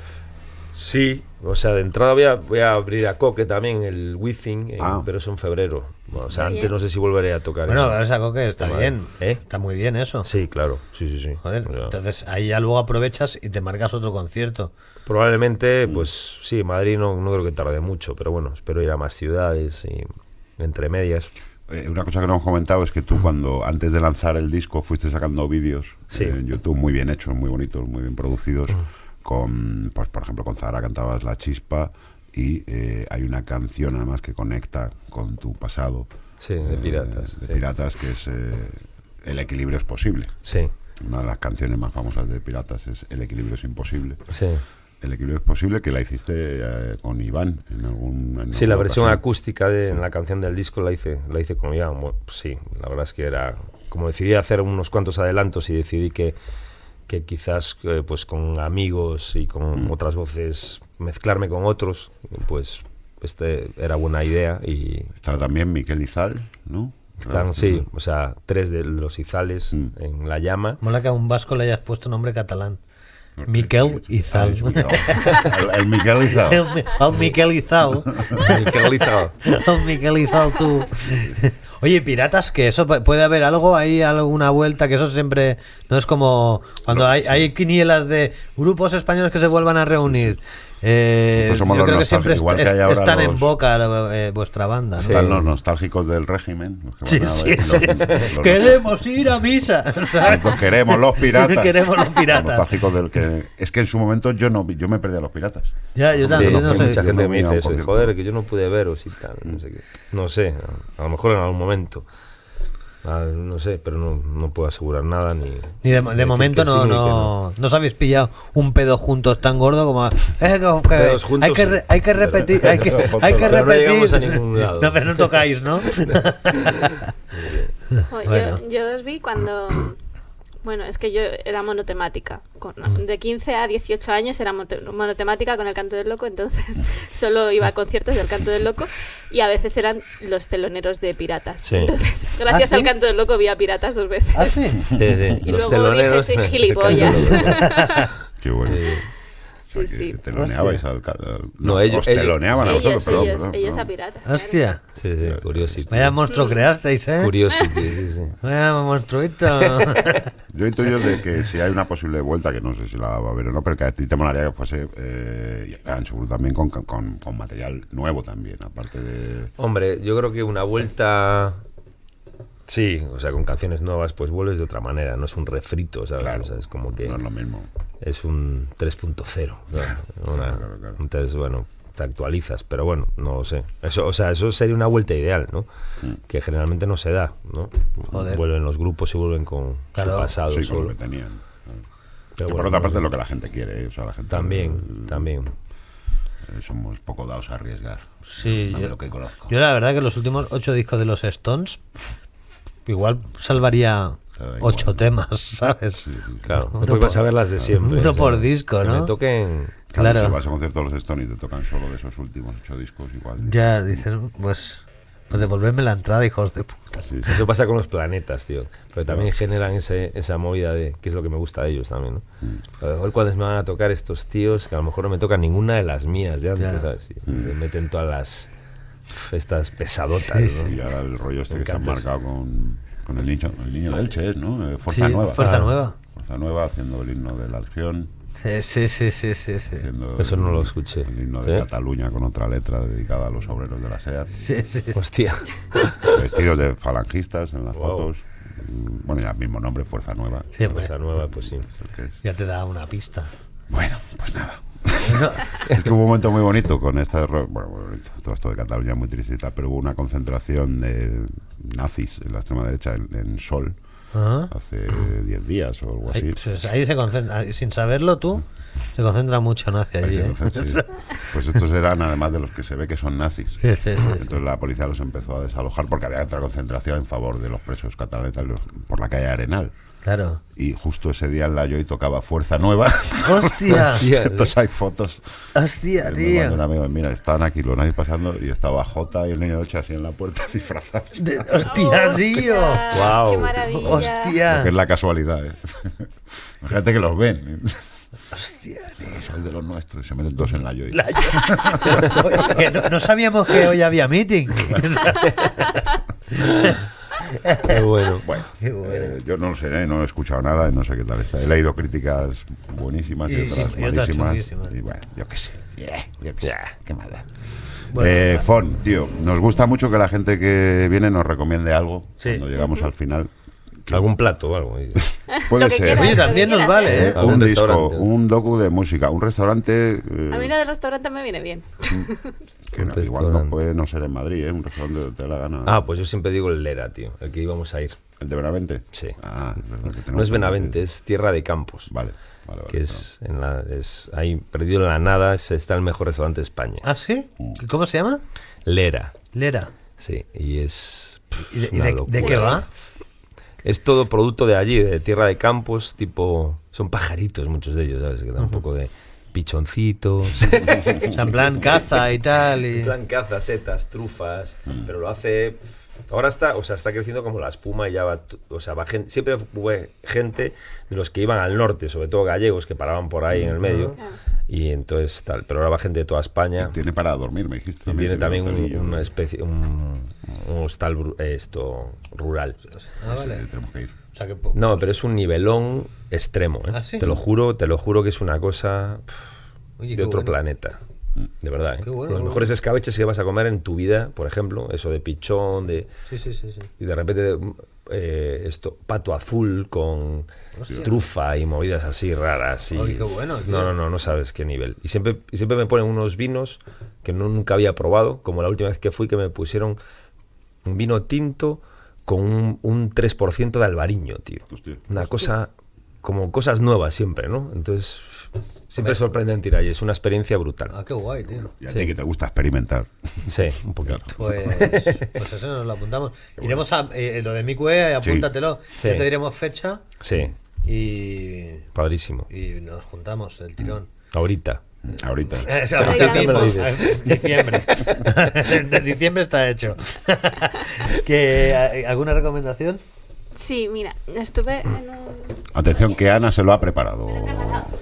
B: Sí, o sea, de entrada voy a, voy a abrir a Coque también el Within, eh,
A: Ah.
B: pero es en febrero. Bueno, o sea,
C: Muy
B: antes
C: bien.
B: no sé si volveré a tocar.
D: Bueno,
B: en-
D: a esa coque está
B: Madre.
D: bien.
B: ¿Eh?
D: Está muy bien eso.
B: Sí, claro, sí, sí, sí.
D: Joder,
B: O
A: Pues
B: sea,
D: entonces ahí ya luego aprovechas y te marcas otro concierto.
A: Mm.
B: Probablemente, pues sí, Madrid no, no creo que tarde mucho, pero bueno, espero ir a más ciudades y entre medias.
A: Eh, una cosa que no hemos comentado es que tú cuando antes de lanzar el disco fuiste sacando vídeos
B: Sí.
A: eh, en YouTube muy bien hechos, muy bonitos, muy bien producidos. Con, pues por ejemplo, con Zahara cantabas La Chispa y eh, hay una canción además que conecta con tu pasado.
B: Sí, de
A: eh,
B: piratas,
A: de
B: sí.
A: piratas, que es eh, El equilibrio es posible.
B: Sí,
A: Una de las canciones más famosas de Piratas es El equilibrio es imposible.
B: sí.
A: El equilibrio es posible que la hiciste eh, con Iván en algún. en
B: Sí, la
A: alguna
B: versión
A: ocasión.
B: acústica de en la canción del disco la hice, la hice con Iván. Bueno, pues sí, la verdad es que era. Como decidí hacer unos cuantos adelantos y decidí que, que quizás eh, pues con amigos y
A: Mm.
B: con otras voces mezclarme con otros, pues este era buena idea y
A: Está también Miquel Izal, ¿no? Ah,
B: están, sí, o sea, tres de los izales
A: pues Mm.
B: en la llama.
D: Mola que a un vasco le hayas puesto nombre catalán.
A: Porque-
D: Miquel
A: Ah,
D: Izal.
A: El, el Miquel
D: El,
A: Izal.
D: Mi- el Miquel Izal.
B: Miquel Izal.
D: El Miquel Izal, tú. Oye, piratas, que eso pu- puede haber algo, hay alguna vuelta, que eso siempre no es como cuando hay, hay quinielas de grupos españoles que se vuelvan a reunir. Eh,
A: Pues somos
D: yo
A: los
D: creo que siempre
A: nostálgicos, igual que
D: est-
A: hay ahora
D: están en
A: los-
D: boca eh, vuestra banda. ¿no?
B: Sí.
A: Están los nostálgicos del régimen. los que
D: Sí,
A: van a
D: sí,
A: ver los-
D: sí.
A: los-
D: Queremos ir a misa. ¿sabes?
A: Nosotros queremos los piratas.
D: Queremos los piratas.
A: nostálgicos del que. Es que en su momento yo no vi- yo me perdí a los piratas.
D: Ya, yo
A: Sí,
D: también.
B: Sí,
D: yo
A: no
D: no
A: fue
D: sé.
B: mucha
A: yo
B: gente
A: no
B: me
A: voy a un
B: dice eso,
A: concierto.
B: joder, que yo no pude veros y tal, no sé qué. No sé, a lo mejor en algún momento. Ah, no sé, pero no, no puedo asegurar nada ni...
D: Ni de, de
B: ni decir
D: momento
B: que
D: no,
B: sí, ni que
D: no, no. os habéis pillado un pedo juntos tan gordo como. "Eh, que- que-
B: Pedos juntos,
D: hay, que re-
B: sí.
D: hay que repetir. Hay que, hay que
B: Pero no
D: repetir.
B: llegamos a ningún lado.
D: No, pero no tocáis, ¿no?
C: Jo,
D: Bueno.
C: yo, yo os vi cuando... Bueno, es que yo era monotemática. Con-
D: Mm.
C: de 15 a 18 años era mote- monotemática con el canto del loco, entonces solo iba a conciertos del canto del loco y a veces eran los teloneros de piratas.
B: Sí.
C: Entonces, gracias
D: ¿Ah, sí?
C: al canto del loco vi a piratas dos veces.
D: ¿Ah, sí?
B: Sí, sí,
C: Y luego
B: los teloneros...
A: eh,
C: dije, sois gilipollas.
A: Qué bueno.
C: Sí, sí.
A: Te loneabais al, al-
B: No, ellos-
A: os
B: ellos-
A: teloneaban a
C: Ellos,
A: vosotros, perdón,
C: ellos,
A: perdón,
C: ellos
A: no.
C: a piratas.
D: Ah,
C: claro.
D: Hostia.
B: sí, sí, Curiosity.
D: Vaya monstruo creasteis, ¿eh?
B: Curiosity, sí, sí.
D: Vaya monstruito.
A: Yo intuyo de que si hay una posible vuelta, que no sé si la va a haber o no, pero que a ti te molaría que fuese, eh, y claro, seguro también con, con- con material nuevo también, aparte de...
B: Hombre, yo creo que una vuelta... Sí, o sea, con canciones nuevas pues vuelves de otra manera, no es un refrito, ¿sabes?
A: Claro,
B: O sea, es como que...
A: No es lo mismo.
B: es un 3.0. ¿no? Una-
A: claro, claro.
B: Entonces, bueno, te actualizas, pero bueno, no sé. Eso, o sea, eso sería una vuelta ideal, ¿no?
A: Mm.
B: Que generalmente no se da, ¿no?
D: Joder.
B: Vuelven los grupos y vuelven con
D: Claro.
B: su pasado
A: Sí, con lo
B: solo.
A: que tenían.
B: Pero
A: Que
B: bueno,
A: por otra
B: no
A: parte
B: sé.
A: es lo que la gente quiere, ¿eh? O sea, la gente...
B: También, también.
A: somos poco dados a arriesgar.
D: Sí,
A: No,
D: yo-
A: lo que conozco.
D: Yo la verdad que los últimos ocho discos de los Stones, igual salvaría
A: Te da
D: ocho
A: igual.
D: temas, ¿sabes?
B: Claro,
D: Uno
B: después
D: por-
B: vas a ver las de siempre.
D: uno
B: o sea,
D: por disco,
B: que
D: ¿no?
B: me toquen.
D: Claro.
A: Si vas a concierto de los Stones y te tocan solo de esos últimos ocho discos, igual.
D: Ya dices, pues, pues devolverme la entrada, hijos de puta.
A: Sí, sí.
B: Eso pasa con los planetas, tío. Pero también generan ese- esa movida de que es lo que me gusta de ellos también, ¿no?
A: Mm.
B: A lo mejor cuáles me van a tocar estos tíos, que a lo mejor no me tocan ninguna de las mías de antes,
D: Claro.
B: ¿sabes? Y me meten todas las. estas pesadotas, ¿no?
A: Y ahora el rollo este
B: Me
A: que está
B: encanta eso.
A: marcado con, con el niño, el niño de Elche, ¿es, ¿no? Eh, Fuerza
D: Sí,
A: Nueva.
D: Fuerza Nueva.
A: Fuerza Nueva haciendo el himno de la acción.
D: Sí, sí, sí, sí, sí. sí.
A: haciendo
B: Eso no
A: el-
B: lo escuché.
A: El himno de
B: ¿Sí?
A: Cataluña con otra letra dedicada a los obreros de la SEAT.
D: Sí, sí.
B: Hostia.
A: Vestidos de falangistas en las
B: Wow.
A: fotos. Mm, Bueno, ya el mismo nombre, Fuerza Nueva.
D: Sí, hombre,
B: La nueva, pues sí.
A: es el que es.
D: ya te da una pista.
A: Bueno, pues nada. es que hubo un momento muy bonito con esta. ro- Bueno, muy bonito, todo esto de Cataluña es muy triste, y tal, pero hubo una concentración de nazis en la extrema derecha en, en Sol
D: Ah.
A: hace 10 días o algo así.
D: Ahí, pues ahí se concentra, ahí, sin saberlo tú, se concentra mucho nazi
A: Ahí
D: allí.
A: se
D: ¿eh?
A: concentra, sí. Pues estos eran además de los que se ve que son nazis.
D: Sí, sí, sí.
A: Entonces la policía los empezó a desalojar porque había otra concentración en favor de los presos catalanes tal, los- por la calle Arenal.
D: Claro.
A: Y justo ese día en la Joy tocaba Fuerza Nueva.
D: ¡Hostia!
B: Hostia.
A: Entonces hay fotos.
D: ¡Hostia,
A: Me mandó un
D: tío!
A: amigo, mira, estaban aquí los nadie pasando y estaba Jota y el niño de Ocho así en la puerta disfrazados.
D: De- ¡Hostia, tío!
C: Guau, ¡Qué maravilla!
A: Lo que
D: ¡Hostia!
A: es la casualidad, ¿eh? Imagínate que los ven.
D: ¡Hostia, tío!
A: Soy de los nuestros y se meten dos en la Joy.
D: La- Oye, que no, no sabíamos que hoy había meeting.
B: Qué bueno.
A: Bueno,
D: Qué bueno.
A: eh, yo no lo sé, ¿eh? no he escuchado nada, no sé qué tal está. He leído críticas buenísimas y,
D: Y- y
A: otras
D: otras
A: malísimas.
D: chunguísimas.
A: y bueno, yo qué sé. Yeah, yo qué sé. Qué mala.
D: Bueno,
A: eh, Fon, tío, nos gusta mucho que la gente que viene nos recomiende algo
D: Sí.
A: cuando llegamos al final.
B: Algún plato o algo. y-
A: Puede
C: Lo que
A: ser
C: quieras,
D: Oye,
C: lo
D: también
C: que
D: nos
C: quieras,
D: vale,
C: ¿eh?
A: eh,
B: A
A: un
B: un
A: disco,
B: restaurante.
A: un docu de música, un restaurante eh,
C: A mí lo del restaurante me viene bien.
A: que
B: Un
A: no- igual no
B: restaurante.
A: puede no ser en Madrid, eh, un restaurante donde te la gana.
B: Ah, pues yo siempre digo el Lera, tío. El que íbamos a ir.
A: ¿El de Benavente?
B: Sí.
A: Ah, es verdad que tenemos
B: No es
A: que-
B: Benavente, es Tierra de Campos.
A: Vale, vale, vale.
B: que es, en la, es ahí perdido en la nada, es- está el mejor restaurante de España.
D: ¿Ah, sí? ¿Cómo se llama?
B: Lera,
D: Lera. sí
B: sí, y es... pff,
D: ¿Y de, y
B: una
D: de-
B: locura.
D: de qué va?
B: Es todo producto de allí, de tierra de campos, tipo... Son pajaritos muchos de ellos, ¿sabes? Que dan un poco de pichoncitos,
D: O sea, en plan caza y tal. Y...
B: en plan caza, setas, trufas, pero lo hace... pff, Ahora está, o sea, está creciendo como la espuma y ya va, t- o sea, va gente, siempre fue gente de los que iban al norte, sobre todo gallegos que paraban por ahí en el medio
D: Ah.
B: y entonces tal, pero ahora va gente de toda España.
A: Tiene para dormir, me dijiste.
B: Y tiene también un-
A: hotelillo.
B: una especie, un, un hostal bru- eh, esto, rural.
D: Ah,
A: Sí,
D: vale.
A: tenemos que ir.
D: O sea, que po-
B: No, pero es un nivelón extremo, ¿eh?
D: ¿Ah, sí?
B: Te lo juro, te lo juro que es una cosa pff,
D: Oye, qué
B: de otro
D: bueno.
B: planeta. De verdad, ¿eh?
D: Qué bueno,
B: Los
D: qué
B: mejores escabeches que vas a comer en tu vida, por ejemplo, eso de pichón, de...
D: Sí, sí, sí. sí.
B: Y de repente mm, eh, esto, pato azul con trufa y movidas así raras. Y,
D: Ay, qué bueno, tío.
B: No, no, no, no sabes qué nivel. Y siempre, y siempre me ponen unos vinos que no, nunca había probado, como la última vez que fui que me pusieron un vino tinto con un, un 3% de albariño, tío.
A: Hostia.
B: Una cosa, como cosas nuevas siempre, ¿no? Entonces, siempre es sorprendente ir ahí, es una experiencia brutal.
D: Ah, qué guay, tío.
A: Y a ti que te gusta experimentar.
B: Sí, un poquito.
D: Pues, pues eso nos lo apuntamos. Iremos a eh, lo de Mikue, apúntatelo.
B: Sí.
D: Ya te diremos fecha
B: Sí,
D: y,
B: padrísimo.
D: y nos juntamos el tirón.
B: Ahorita.
A: Ahorita.
D: Es ahorita
C: Ahorita
D: mismo,
B: me lo dices.
D: en diciembre. En diciembre está hecho. ¿Que, a- ¿Alguna recomendación?
C: Sí, mira, estuve en un...
A: Atención, que Ana se lo ha preparado.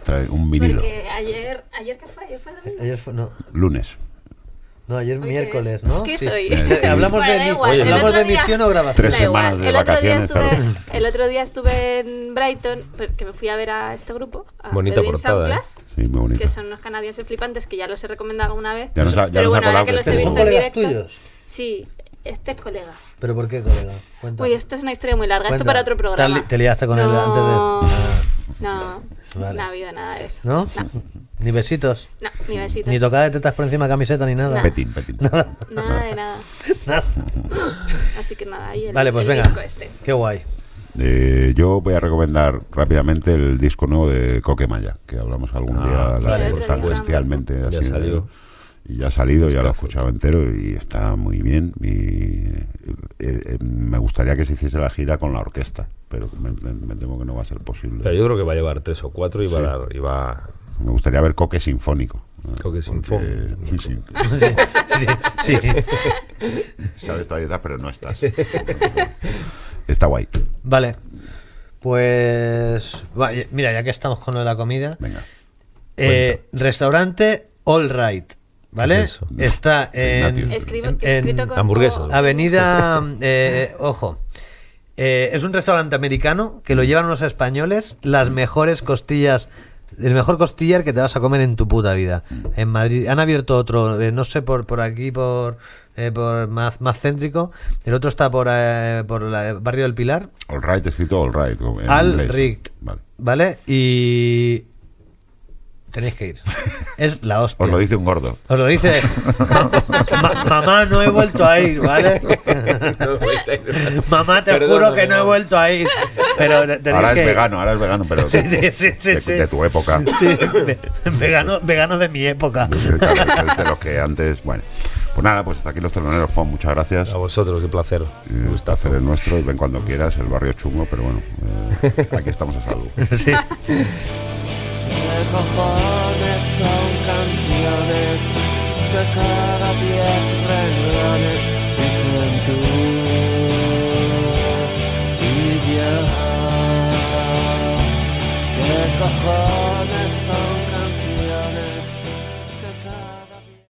A: Trae un vinilo.
C: Porque ayer, ayer que fue, ayer fue domingo.
D: Ayer fue- no,
A: Lunes.
D: no, ayer
C: Hoy
D: miércoles,
C: qué es.
D: ¿no?
C: ¿Qué
D: Sí.
C: soy?
D: Sí, hablamos
C: Bueno,
D: de,
C: da
D: mi-
C: igual,
A: Oye,
C: el
D: hablamos
C: otro
D: de
C: día-
D: misión o grabación.
A: Tres
C: Da igual,
A: semanas de
C: el otro día
A: vacaciones,
C: estuve- El otro día estuve en Brighton, porque me fui a ver a este grupo. A
B: Bonita
C: Bedouin
A: ¿eh?
B: portada,
C: Soundclass,
A: Sí, muy bonito.
C: que son unos canadienses flipantes que ya los he recomendado alguna vez.
A: Ya nos ha- ya
C: pero
A: nos ha
C: bueno,
A: colado este
C: ahora
A: que
C: que los
A: Pero
C: he visto
A: son
C: en
D: colegas
C: directo.
D: tuyos.
C: Sí, este es colega.
D: ¿Pero por qué, colega? Cuenta.
C: Uy, esto es una historia muy larga, esto
D: Cuenta.
C: para otro
D: Te
C: programa.
D: li- te liaste con él antes de-
C: No,
D: Ah.
C: No,
D: Vale.
C: no ha habido nada de eso.
D: ¿No?
C: No,
D: Ni besitos.
C: no, ni besitos.
D: Ni tocada de tetas por encima de camiseta ni nada.
C: Nada.
A: Petín, Petín.
C: Nada de nada.
D: Nada.
C: Así que nada, ahí el,
D: Vale, pues
C: el
D: venga.
C: disco este.
D: Qué guay.
A: Eh, yo voy a recomendar rápidamente el disco nuevo de Coquemaya, que hablamos algún
B: Ah,
A: día, la de
C: sí, el otro día hablamos.
A: tangencialmente.
B: Ya
A: así,
B: salió.
A: Y ya ha salido, ya lo he
B: Discazo.
A: escuchado entero y está muy bien. Y, eh, eh, me gustaría que se hiciese la gira con la orquesta, pero me, me- me temo que no va a ser posible.
B: Pero yo creo que va a llevar tres o cuatro y va
A: Sí.
B: a dar. Y va...
A: Me gustaría ver Coque Sinfónico. ¿no?
B: Coque
A: Porque-
B: Sinfónico.
A: sí,
D: Sí, sí.
A: Sabes todavía estás, pero no estás. Está guay.
D: Vale. Pues. va, ya- Mira, ya que estamos con lo de la comida.
A: Venga.
D: eh, restaurante All Right. ¿Vale?
B: ¿Qué es eso?
D: Está en.
A: Ignacio.
C: Escribo,
D: en-
C: escrito
D: en
C: con
B: hamburguesas.
D: Avenida. eh, ojo. Eh, es un restaurante americano que lo llevan unos españoles las mejores costillas. El mejor costillar que te vas a comer en tu puta vida. En Madrid. Han abierto otro, eh, no sé, por, por aquí, por, eh, por más, más céntrico. El otro está por, eh, por la- el barrio del Pilar.
A: All right, escrito all right. como en
D: Al
A: inglés.
D: Richt.
A: Vale.
D: ¿Vale? Y. Tenéis que ir. Es la hostia.
A: Os lo dice un gordo.
D: Os lo dice. Ma- mamá, no he vuelto a ir, ¿vale? Mamá, te juro
B: Perdóname,
D: que no he
B: mamá.
D: vuelto a ir. Pero te- tenéis
A: Ahora es
D: que-
A: vegano, ahora es vegano, pero
D: Sí, sí, sí, sí,
A: de,
D: sí.
A: de tu época.
D: Sí, ve- vegano, vegano de mi época.
A: Claro, de los que antes. Bueno, pues nada, pues hasta aquí los teloneros, Juan, muchas gracias.
B: A vosotros, qué placer.
A: Eh,
B: Gustazo.
A: placer es nuestro y ven cuando quieras, el barrio es chungo, pero bueno, eh, aquí estamos a salvo.
D: Sí.
H: de cojones son canciones de cada diez renglones dicen tú y yo. ¿Qué cojones